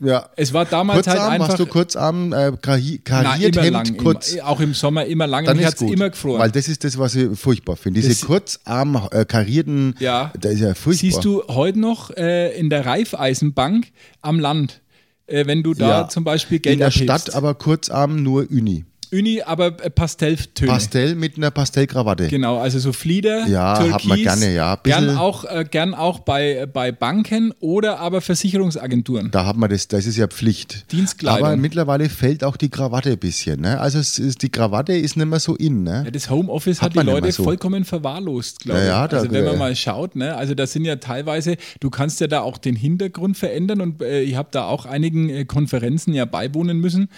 [SPEAKER 3] Ja.
[SPEAKER 2] Es war damals
[SPEAKER 3] Kurzarm,
[SPEAKER 2] halt einfach.
[SPEAKER 3] hast du Kurzarm, äh, kari-
[SPEAKER 2] na,
[SPEAKER 3] kariert
[SPEAKER 2] immer
[SPEAKER 3] Hemd,
[SPEAKER 2] lang,
[SPEAKER 3] kurz.
[SPEAKER 2] Immer, auch im Sommer immer lang.
[SPEAKER 3] dann
[SPEAKER 2] Mich
[SPEAKER 3] ist
[SPEAKER 2] hat's
[SPEAKER 3] gut.
[SPEAKER 2] immer gefroren.
[SPEAKER 3] Weil das ist das, was ich furchtbar finde. Diese
[SPEAKER 2] Das-
[SPEAKER 3] kurzarm äh, karierten,
[SPEAKER 2] Ja.
[SPEAKER 3] da ist ja furchtbar.
[SPEAKER 2] Siehst du heute noch äh, in der Reifeisenbank am Land, äh, wenn du da
[SPEAKER 3] Ja.
[SPEAKER 2] zum Beispiel Geld
[SPEAKER 3] In der
[SPEAKER 2] abhebst.
[SPEAKER 3] Stadt aber kurzarm nur Uni.
[SPEAKER 2] Uni, aber äh, Pastelltöne.
[SPEAKER 3] Pastell mit einer Pastellkrawatte.
[SPEAKER 2] Genau, also so Flieder,
[SPEAKER 3] Ja,
[SPEAKER 2] Türkis,
[SPEAKER 3] hat man gerne, ja. Bisschen-
[SPEAKER 2] Gern auch, äh, gern auch bei, äh, bei Banken oder aber Versicherungsagenturen.
[SPEAKER 3] Da hat man das, das ist ja Pflicht.
[SPEAKER 2] Dienstkleidung.
[SPEAKER 3] Aber mittlerweile fällt auch die Krawatte ein bisschen. Ne? Also es ist, die Krawatte ist nicht mehr so
[SPEAKER 2] Ja,
[SPEAKER 3] in. Ne?
[SPEAKER 2] das Homeoffice
[SPEAKER 3] Hat
[SPEAKER 2] hat,
[SPEAKER 3] man
[SPEAKER 2] die
[SPEAKER 3] immer
[SPEAKER 2] Leute
[SPEAKER 3] so.
[SPEAKER 2] vollkommen verwahrlost, glaube
[SPEAKER 3] Ja,
[SPEAKER 2] ich.
[SPEAKER 3] ja, da-
[SPEAKER 2] also wenn man
[SPEAKER 3] äh,
[SPEAKER 2] mal schaut, ne? also das sind ja teilweise, du kannst ja da auch den Hintergrund verändern und äh, ich habe da auch einigen äh, Konferenzen ja beiwohnen müssen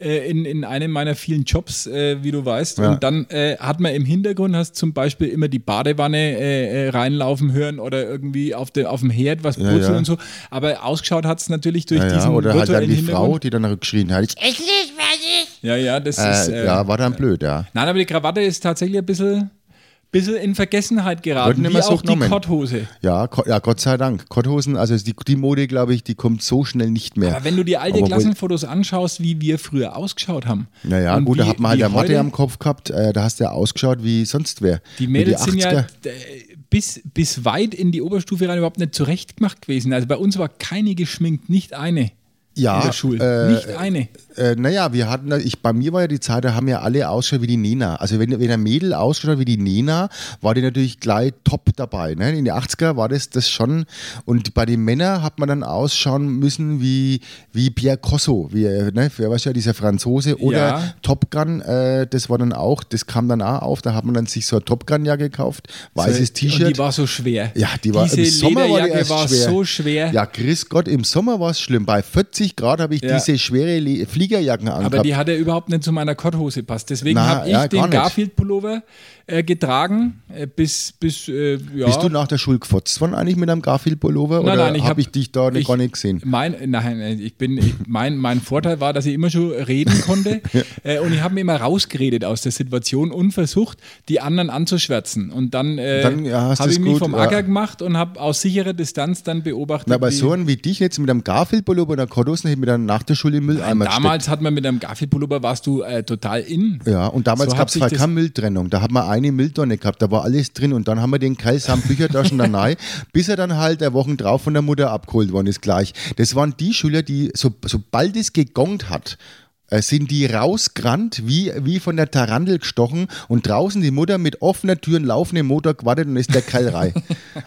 [SPEAKER 2] äh, in, in einem meiner vielen Jobs, äh, wie du weißt.
[SPEAKER 3] Ja.
[SPEAKER 2] Und dann äh, hat man im Hintergrund, hast zum Beispiel immer die Badewanne äh, äh, reinlaufen hören oder irgendwie auf, de, auf dem Herd was
[SPEAKER 3] Ja,
[SPEAKER 2] brutzeln
[SPEAKER 3] ja.
[SPEAKER 2] und so. Aber ausgeschaut hat es natürlich durch
[SPEAKER 3] Ja, ja,
[SPEAKER 2] diesen
[SPEAKER 3] oder halt dann
[SPEAKER 2] virtuellen
[SPEAKER 3] die Frau,
[SPEAKER 2] Hintergrund.
[SPEAKER 3] die dann geschrien hat. Ich,
[SPEAKER 2] Ja, ja, das ist...
[SPEAKER 3] äh,
[SPEAKER 2] Äh,
[SPEAKER 3] ja, war dann blöd, ja.
[SPEAKER 2] Nein, aber die Krawatte ist tatsächlich ein bisschen, bisschen in Vergessenheit
[SPEAKER 3] Wird
[SPEAKER 2] geraten,
[SPEAKER 3] nicht
[SPEAKER 2] wie
[SPEAKER 3] mehr so
[SPEAKER 2] auch die
[SPEAKER 3] genommen.
[SPEAKER 2] Kotthose.
[SPEAKER 3] Ja, Ko- ja, Gott sei Dank. Kotthosen, also die, die Mode, glaube ich, die kommt so schnell nicht mehr.
[SPEAKER 2] Aber wenn du die alte
[SPEAKER 3] Aber wo-
[SPEAKER 2] Klassenfotos anschaust, wie wir früher ausgeschaut haben.
[SPEAKER 3] Naja,
[SPEAKER 2] und
[SPEAKER 3] gut, da
[SPEAKER 2] wie-
[SPEAKER 3] hat man halt
[SPEAKER 2] wie
[SPEAKER 3] der Mathe
[SPEAKER 2] heute-
[SPEAKER 3] am Kopf gehabt, äh, da hast du ja ausgeschaut wie sonst wer.
[SPEAKER 2] Die
[SPEAKER 3] Wie
[SPEAKER 2] Mädels sind ja
[SPEAKER 3] 80er.
[SPEAKER 2] d- bis, bis weit in die Oberstufe rein überhaupt nicht zurecht gemacht gewesen. Also bei uns war keine geschminkt, nicht eine.
[SPEAKER 3] Ja,
[SPEAKER 2] in der Schule.
[SPEAKER 3] äh,
[SPEAKER 2] nicht eine.
[SPEAKER 3] Äh, naja, wir hatten, da- ich, bei mir war ja die Zeit, da haben ja alle ausgeschaut wie die Nena. Also wenn, wenn ein Mädel ausgeschaut hat wie die Nena, war die natürlich gleich top dabei. Ne? In den 80er war das das schon. Und bei den Männern hat man dann ausschauen müssen wie, wie Pierre Cosso, wie, äh, ne? wer weiß ja, dieser Franzose. Oder
[SPEAKER 2] Ja.
[SPEAKER 3] Top Gun, äh, das war dann auch, das kam dann auch auf, da hat man dann sich so eine Top Gun-Jacke gekauft, weißes
[SPEAKER 2] Äh, Und die
[SPEAKER 3] T-Shirt.
[SPEAKER 2] war so schwer.
[SPEAKER 3] Ja, die war
[SPEAKER 2] Diese
[SPEAKER 3] im Sommer war, die
[SPEAKER 2] Lederjacke
[SPEAKER 3] erst
[SPEAKER 2] war,
[SPEAKER 3] schwer.
[SPEAKER 2] so schwer.
[SPEAKER 3] Ja, Chris Gott, im Sommer war es schlimm. Bei 40 Grad habe ich
[SPEAKER 2] Ja.
[SPEAKER 3] diese schwere Le Fliegerjacken angehabt.
[SPEAKER 2] Aber die hat er überhaupt nicht zu meiner Kotthose passt. Deswegen
[SPEAKER 3] Na,
[SPEAKER 2] habe ich
[SPEAKER 3] ja, gar
[SPEAKER 2] den
[SPEAKER 3] nicht.
[SPEAKER 2] Garfield-Pullover äh, getragen, äh, bis, bis äh, ja.
[SPEAKER 3] Bist du nach der Schule gefotzt worden eigentlich mit einem Garfield-Pullover?
[SPEAKER 2] Nein,
[SPEAKER 3] Oder
[SPEAKER 2] nein, ich
[SPEAKER 3] habe
[SPEAKER 2] hab-
[SPEAKER 3] ich dich da
[SPEAKER 2] ich-
[SPEAKER 3] gar nicht gesehen?
[SPEAKER 2] Mein, nein, nein, ich bin, ich, mein, mein Vorteil war, dass ich immer schon reden konnte äh, und ich habe mir immer rausgeredet aus der Situation und versucht, die anderen anzuschwärzen. Und dann, äh,
[SPEAKER 3] Dann, ja, hast
[SPEAKER 2] habe
[SPEAKER 3] du's
[SPEAKER 2] ich mich
[SPEAKER 3] gut,
[SPEAKER 2] vom
[SPEAKER 3] ja.
[SPEAKER 2] Acker gemacht und habe aus sicherer Distanz dann beobachtet,
[SPEAKER 3] Na, aber
[SPEAKER 2] wie-
[SPEAKER 3] so einen wie dich jetzt mit einem Garfield-Pullover und einer Kordosen hätte ich mir dann nach der Schule im Mülleimer gesteckt.
[SPEAKER 2] damals hat man mit einem Garfield-Pullover warst du äh, total in.
[SPEAKER 3] Ja, und damals
[SPEAKER 2] Hm. So
[SPEAKER 3] halt gab es
[SPEAKER 2] hat sich das-
[SPEAKER 3] keine Mülltrennung. Da hat man eine Mülltonne gehabt, da war alles drin und dann haben wir den Keil samt Büchertaschen da rein, bis er dann halt der Wochen drauf von der Mutter abgeholt worden ist gleich. Das waren die Schüler, die, so, sobald es gegongt hat, äh, sind die rausgerannt, wie, wie von der Tarandel gestochen und draußen die Mutter mit offener Tür und laufendem Motor gewartet und ist der Keil rein.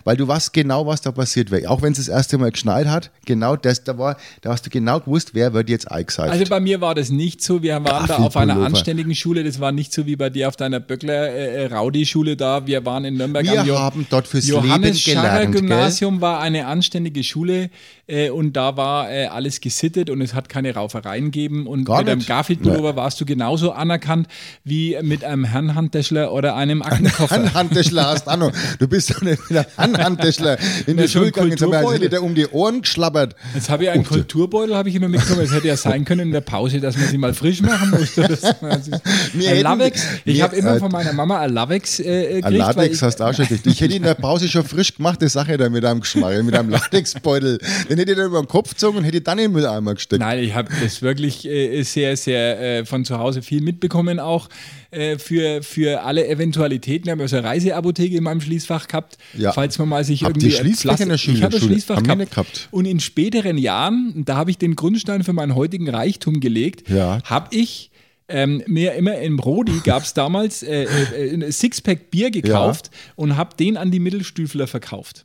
[SPEAKER 3] Weil du weißt genau, was da passiert wäre. Auch wenn es das erste Mal geschneit hat, genau das da war, da hast du genau gewusst, wer wird jetzt eingeseift.
[SPEAKER 2] Also bei mir war das nicht so. Wir waren da auf
[SPEAKER 3] Garfield-Pullover.
[SPEAKER 2] einer anständigen Schule. Das war nicht so wie bei dir auf deiner Böckler-Raudi-Schule da. Wir waren in Nürnberg
[SPEAKER 3] Wir
[SPEAKER 2] am Jo-
[SPEAKER 3] haben dort fürs
[SPEAKER 2] Johannes
[SPEAKER 3] Leben
[SPEAKER 2] Scharrer
[SPEAKER 3] gelernt, gell?
[SPEAKER 2] Gymnasium war eine anständige Schule äh, und da war äh, alles gesittet und es hat keine Raufereien gegeben. Und
[SPEAKER 3] Gar
[SPEAKER 2] mit einem
[SPEAKER 3] nicht.
[SPEAKER 2] Garfield-Pullover warst du genauso anerkannt wie mit einem Herrn Handtäschler oder einem Aktenkoffer.
[SPEAKER 3] Handtäschler hast du auch noch. Du bist doch nicht wieder Handtäschler. In der
[SPEAKER 2] schon
[SPEAKER 3] Schulgang jetzt haben wir
[SPEAKER 2] Kulturbeutel.
[SPEAKER 3] wieder um die Ohren geschlappert.
[SPEAKER 2] Jetzt habe ich einen Kulturbeutel, habe ich immer mitgenommen. Es hätte ja sein können in der Pause, dass man sie mal frisch machen muss. Das, das ist,
[SPEAKER 3] Wir
[SPEAKER 2] ein
[SPEAKER 3] hätten-
[SPEAKER 2] Lavex. Ich
[SPEAKER 3] wir-
[SPEAKER 2] habe immer
[SPEAKER 3] äh,
[SPEAKER 2] von meiner Mama ein Lavex äh, gekriegt.
[SPEAKER 3] Ein
[SPEAKER 2] weil
[SPEAKER 3] Ah, Latex
[SPEAKER 2] ich,
[SPEAKER 3] hast du auch schon gekriegt. Ich hätte in der Pause schon frisch gemacht, das Sache da mit einem Geschmarre, mit einem Latexbeutel. Den hätte ich dann über den Kopf gezogen und hätte dann in den Mülleimer gesteckt.
[SPEAKER 2] Nein, ich habe das wirklich äh, sehr, sehr äh, von zu Hause viel mitbekommen auch äh, für, für alle Eventualitäten. Wir haben also eine Reiseapotheke in meinem Schließfach gehabt,
[SPEAKER 3] Ja.
[SPEAKER 2] falls man mal sich
[SPEAKER 3] Habt
[SPEAKER 2] irgendwie...
[SPEAKER 3] ihr Schließfach
[SPEAKER 2] Plastik-
[SPEAKER 3] in der Schule?
[SPEAKER 2] Ich habe ein
[SPEAKER 3] Schule?
[SPEAKER 2] Schließfach
[SPEAKER 3] Haben wir
[SPEAKER 2] gehabt.
[SPEAKER 3] nicht gehabt.
[SPEAKER 2] Und in späteren Jahren, da habe ich den Grundstein für meinen heutigen Reichtum gelegt,
[SPEAKER 3] Ja.
[SPEAKER 2] habe ich... Ähm, mir immer im Rodi gab es damals äh, äh, ein Sixpack Bier gekauft und habe den an die Mittelstüfler verkauft.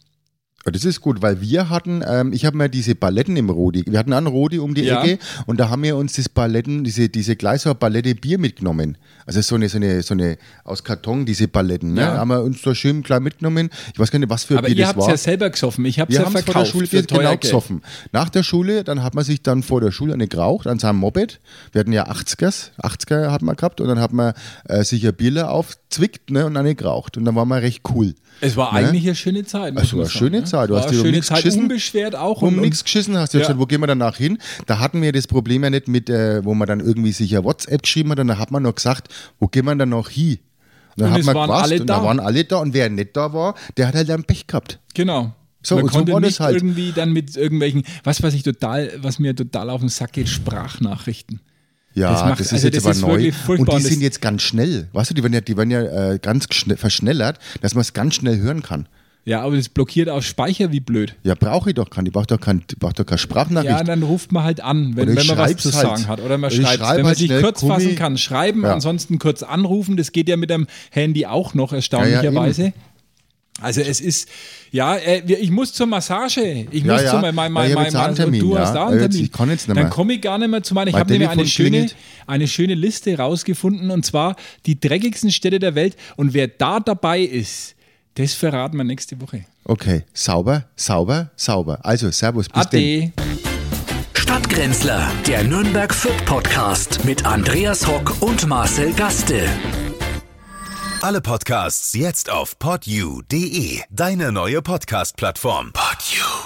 [SPEAKER 3] Aber Das ist gut, weil wir hatten, ähm, ich habe mir diese Paletten im Rodi, wir hatten einen Rodi um die
[SPEAKER 2] Ja.
[SPEAKER 3] Ecke und da haben wir uns das Paletten, diese, diese Gleisauer Palette Bier mitgenommen. Also so eine, so eine, so eine aus Karton, diese Paletten, ne?
[SPEAKER 2] Ja.
[SPEAKER 3] Haben wir uns da schön klar mitgenommen. Ich weiß gar nicht, was für
[SPEAKER 2] Aber
[SPEAKER 3] Bier
[SPEAKER 2] ihr
[SPEAKER 3] das
[SPEAKER 2] habt
[SPEAKER 3] war.
[SPEAKER 2] es ja selber gesoffen. Ich habe es
[SPEAKER 3] Wir
[SPEAKER 2] ja
[SPEAKER 3] haben es
[SPEAKER 2] verkauft.
[SPEAKER 3] vor der Schule
[SPEAKER 2] für teuer
[SPEAKER 3] genau
[SPEAKER 2] Geld.
[SPEAKER 3] gesoffen. Nach der Schule, dann hat man sich dann vor der Schule eine geraucht an seinem Moped. Wir hatten ja 80ers, 80er hat man gehabt und dann hat man äh, sich ein Bierle aufzwickt ne, und eine geraucht. Und dann war man recht cool.
[SPEAKER 2] Es war eigentlich eine schöne Zeit.
[SPEAKER 3] Ne? Es war eine schöne Zeit. Du
[SPEAKER 2] ne? eine
[SPEAKER 3] hast dir um
[SPEAKER 2] schöne
[SPEAKER 3] nichts
[SPEAKER 2] Zeit,
[SPEAKER 3] geschissen.
[SPEAKER 2] unbeschwert auch.
[SPEAKER 3] um
[SPEAKER 2] und-
[SPEAKER 3] nichts geschissen hast. Du hast
[SPEAKER 2] Ja.
[SPEAKER 3] gesagt, wo gehen wir danach hin? Da hatten wir das Problem ja nicht mit, äh, wo man dann irgendwie sich ja WhatsApp geschrieben hat und da hat man noch gesagt, wo gehen wir dann noch hin? Und dann
[SPEAKER 2] Und
[SPEAKER 3] hat
[SPEAKER 2] es
[SPEAKER 3] man
[SPEAKER 2] waren
[SPEAKER 3] gewasst
[SPEAKER 2] alle
[SPEAKER 3] und
[SPEAKER 2] da.
[SPEAKER 3] da waren alle da und wer nicht da war, der hat halt dann Pech gehabt.
[SPEAKER 2] Genau.
[SPEAKER 3] So,
[SPEAKER 2] man
[SPEAKER 3] und so
[SPEAKER 2] konnte
[SPEAKER 3] war das
[SPEAKER 2] nicht
[SPEAKER 3] halt.
[SPEAKER 2] irgendwie dann mit irgendwelchen, was was ich total, was mir total auf den Sack geht, Sprachnachrichten.
[SPEAKER 3] Ja,
[SPEAKER 2] Das
[SPEAKER 3] das,
[SPEAKER 2] macht-
[SPEAKER 3] ist
[SPEAKER 2] also
[SPEAKER 3] jetzt
[SPEAKER 2] das
[SPEAKER 3] aber
[SPEAKER 2] ist
[SPEAKER 3] neu.
[SPEAKER 2] wirklich
[SPEAKER 3] Und
[SPEAKER 2] furchtbar.
[SPEAKER 3] die
[SPEAKER 2] Und das-
[SPEAKER 3] sind jetzt ganz schnell. Weißt du, die werden ja, die werden ja äh, ganz schne- verschnellert, dass man es ganz schnell hören kann.
[SPEAKER 2] Ja, aber das blockiert auf Speicher wie blöd.
[SPEAKER 3] Ja, brauche ich doch keinen. Die braucht doch, kein, die braucht doch keine Sprachnachricht.
[SPEAKER 2] Ja, dann ruft man halt an, wenn,
[SPEAKER 3] Oder ich
[SPEAKER 2] wenn man was
[SPEAKER 3] schreib's
[SPEAKER 2] zu
[SPEAKER 3] halt.
[SPEAKER 2] sagen hat. Oder man
[SPEAKER 3] Oder ich
[SPEAKER 2] schreibt,
[SPEAKER 3] schreib
[SPEAKER 2] wenn man
[SPEAKER 3] halt
[SPEAKER 2] sich
[SPEAKER 3] schnell,
[SPEAKER 2] kurz
[SPEAKER 3] Gummi.
[SPEAKER 2] fassen kann, schreiben,
[SPEAKER 3] Ja.
[SPEAKER 2] ansonsten kurz anrufen. Das geht ja mit dem Handy auch noch erstaunlicherweise.
[SPEAKER 3] Ja,
[SPEAKER 2] also es ist, ja, äh, wir- ich muss zur Massage. Ich
[SPEAKER 3] Ja,
[SPEAKER 2] muss
[SPEAKER 3] ja.
[SPEAKER 2] zu meinem, mein,
[SPEAKER 3] Ja,
[SPEAKER 2] mein,
[SPEAKER 3] ich hab
[SPEAKER 2] mein,
[SPEAKER 3] jetzt auch einen
[SPEAKER 2] mein, und
[SPEAKER 3] Termin,
[SPEAKER 2] du
[SPEAKER 3] ja.
[SPEAKER 2] hast da
[SPEAKER 3] Ja,
[SPEAKER 2] einen
[SPEAKER 3] jetzt-
[SPEAKER 2] Termin.
[SPEAKER 3] ich kann jetzt nicht
[SPEAKER 2] Dann
[SPEAKER 3] mehr.
[SPEAKER 2] komme ich gar nicht mehr zu meiner, ich
[SPEAKER 3] Mein
[SPEAKER 2] habe nämlich eine
[SPEAKER 3] Telefon
[SPEAKER 2] schöne,
[SPEAKER 3] klingelt.
[SPEAKER 2] eine schöne Liste rausgefunden und zwar die dreckigsten Städte der Welt. Und wer da dabei ist, das verraten wir nächste Woche.
[SPEAKER 3] Okay, sauber, sauber, sauber. Also, Servus, bis dann.
[SPEAKER 2] Ade.
[SPEAKER 1] Stadtgrenzler, der Nürnberg Fürth Podcast mit Andreas Hock und Marcel Gaste.
[SPEAKER 4] Alle Podcasts jetzt auf podyou.de, deine neue Podcast-Plattform. Podyou.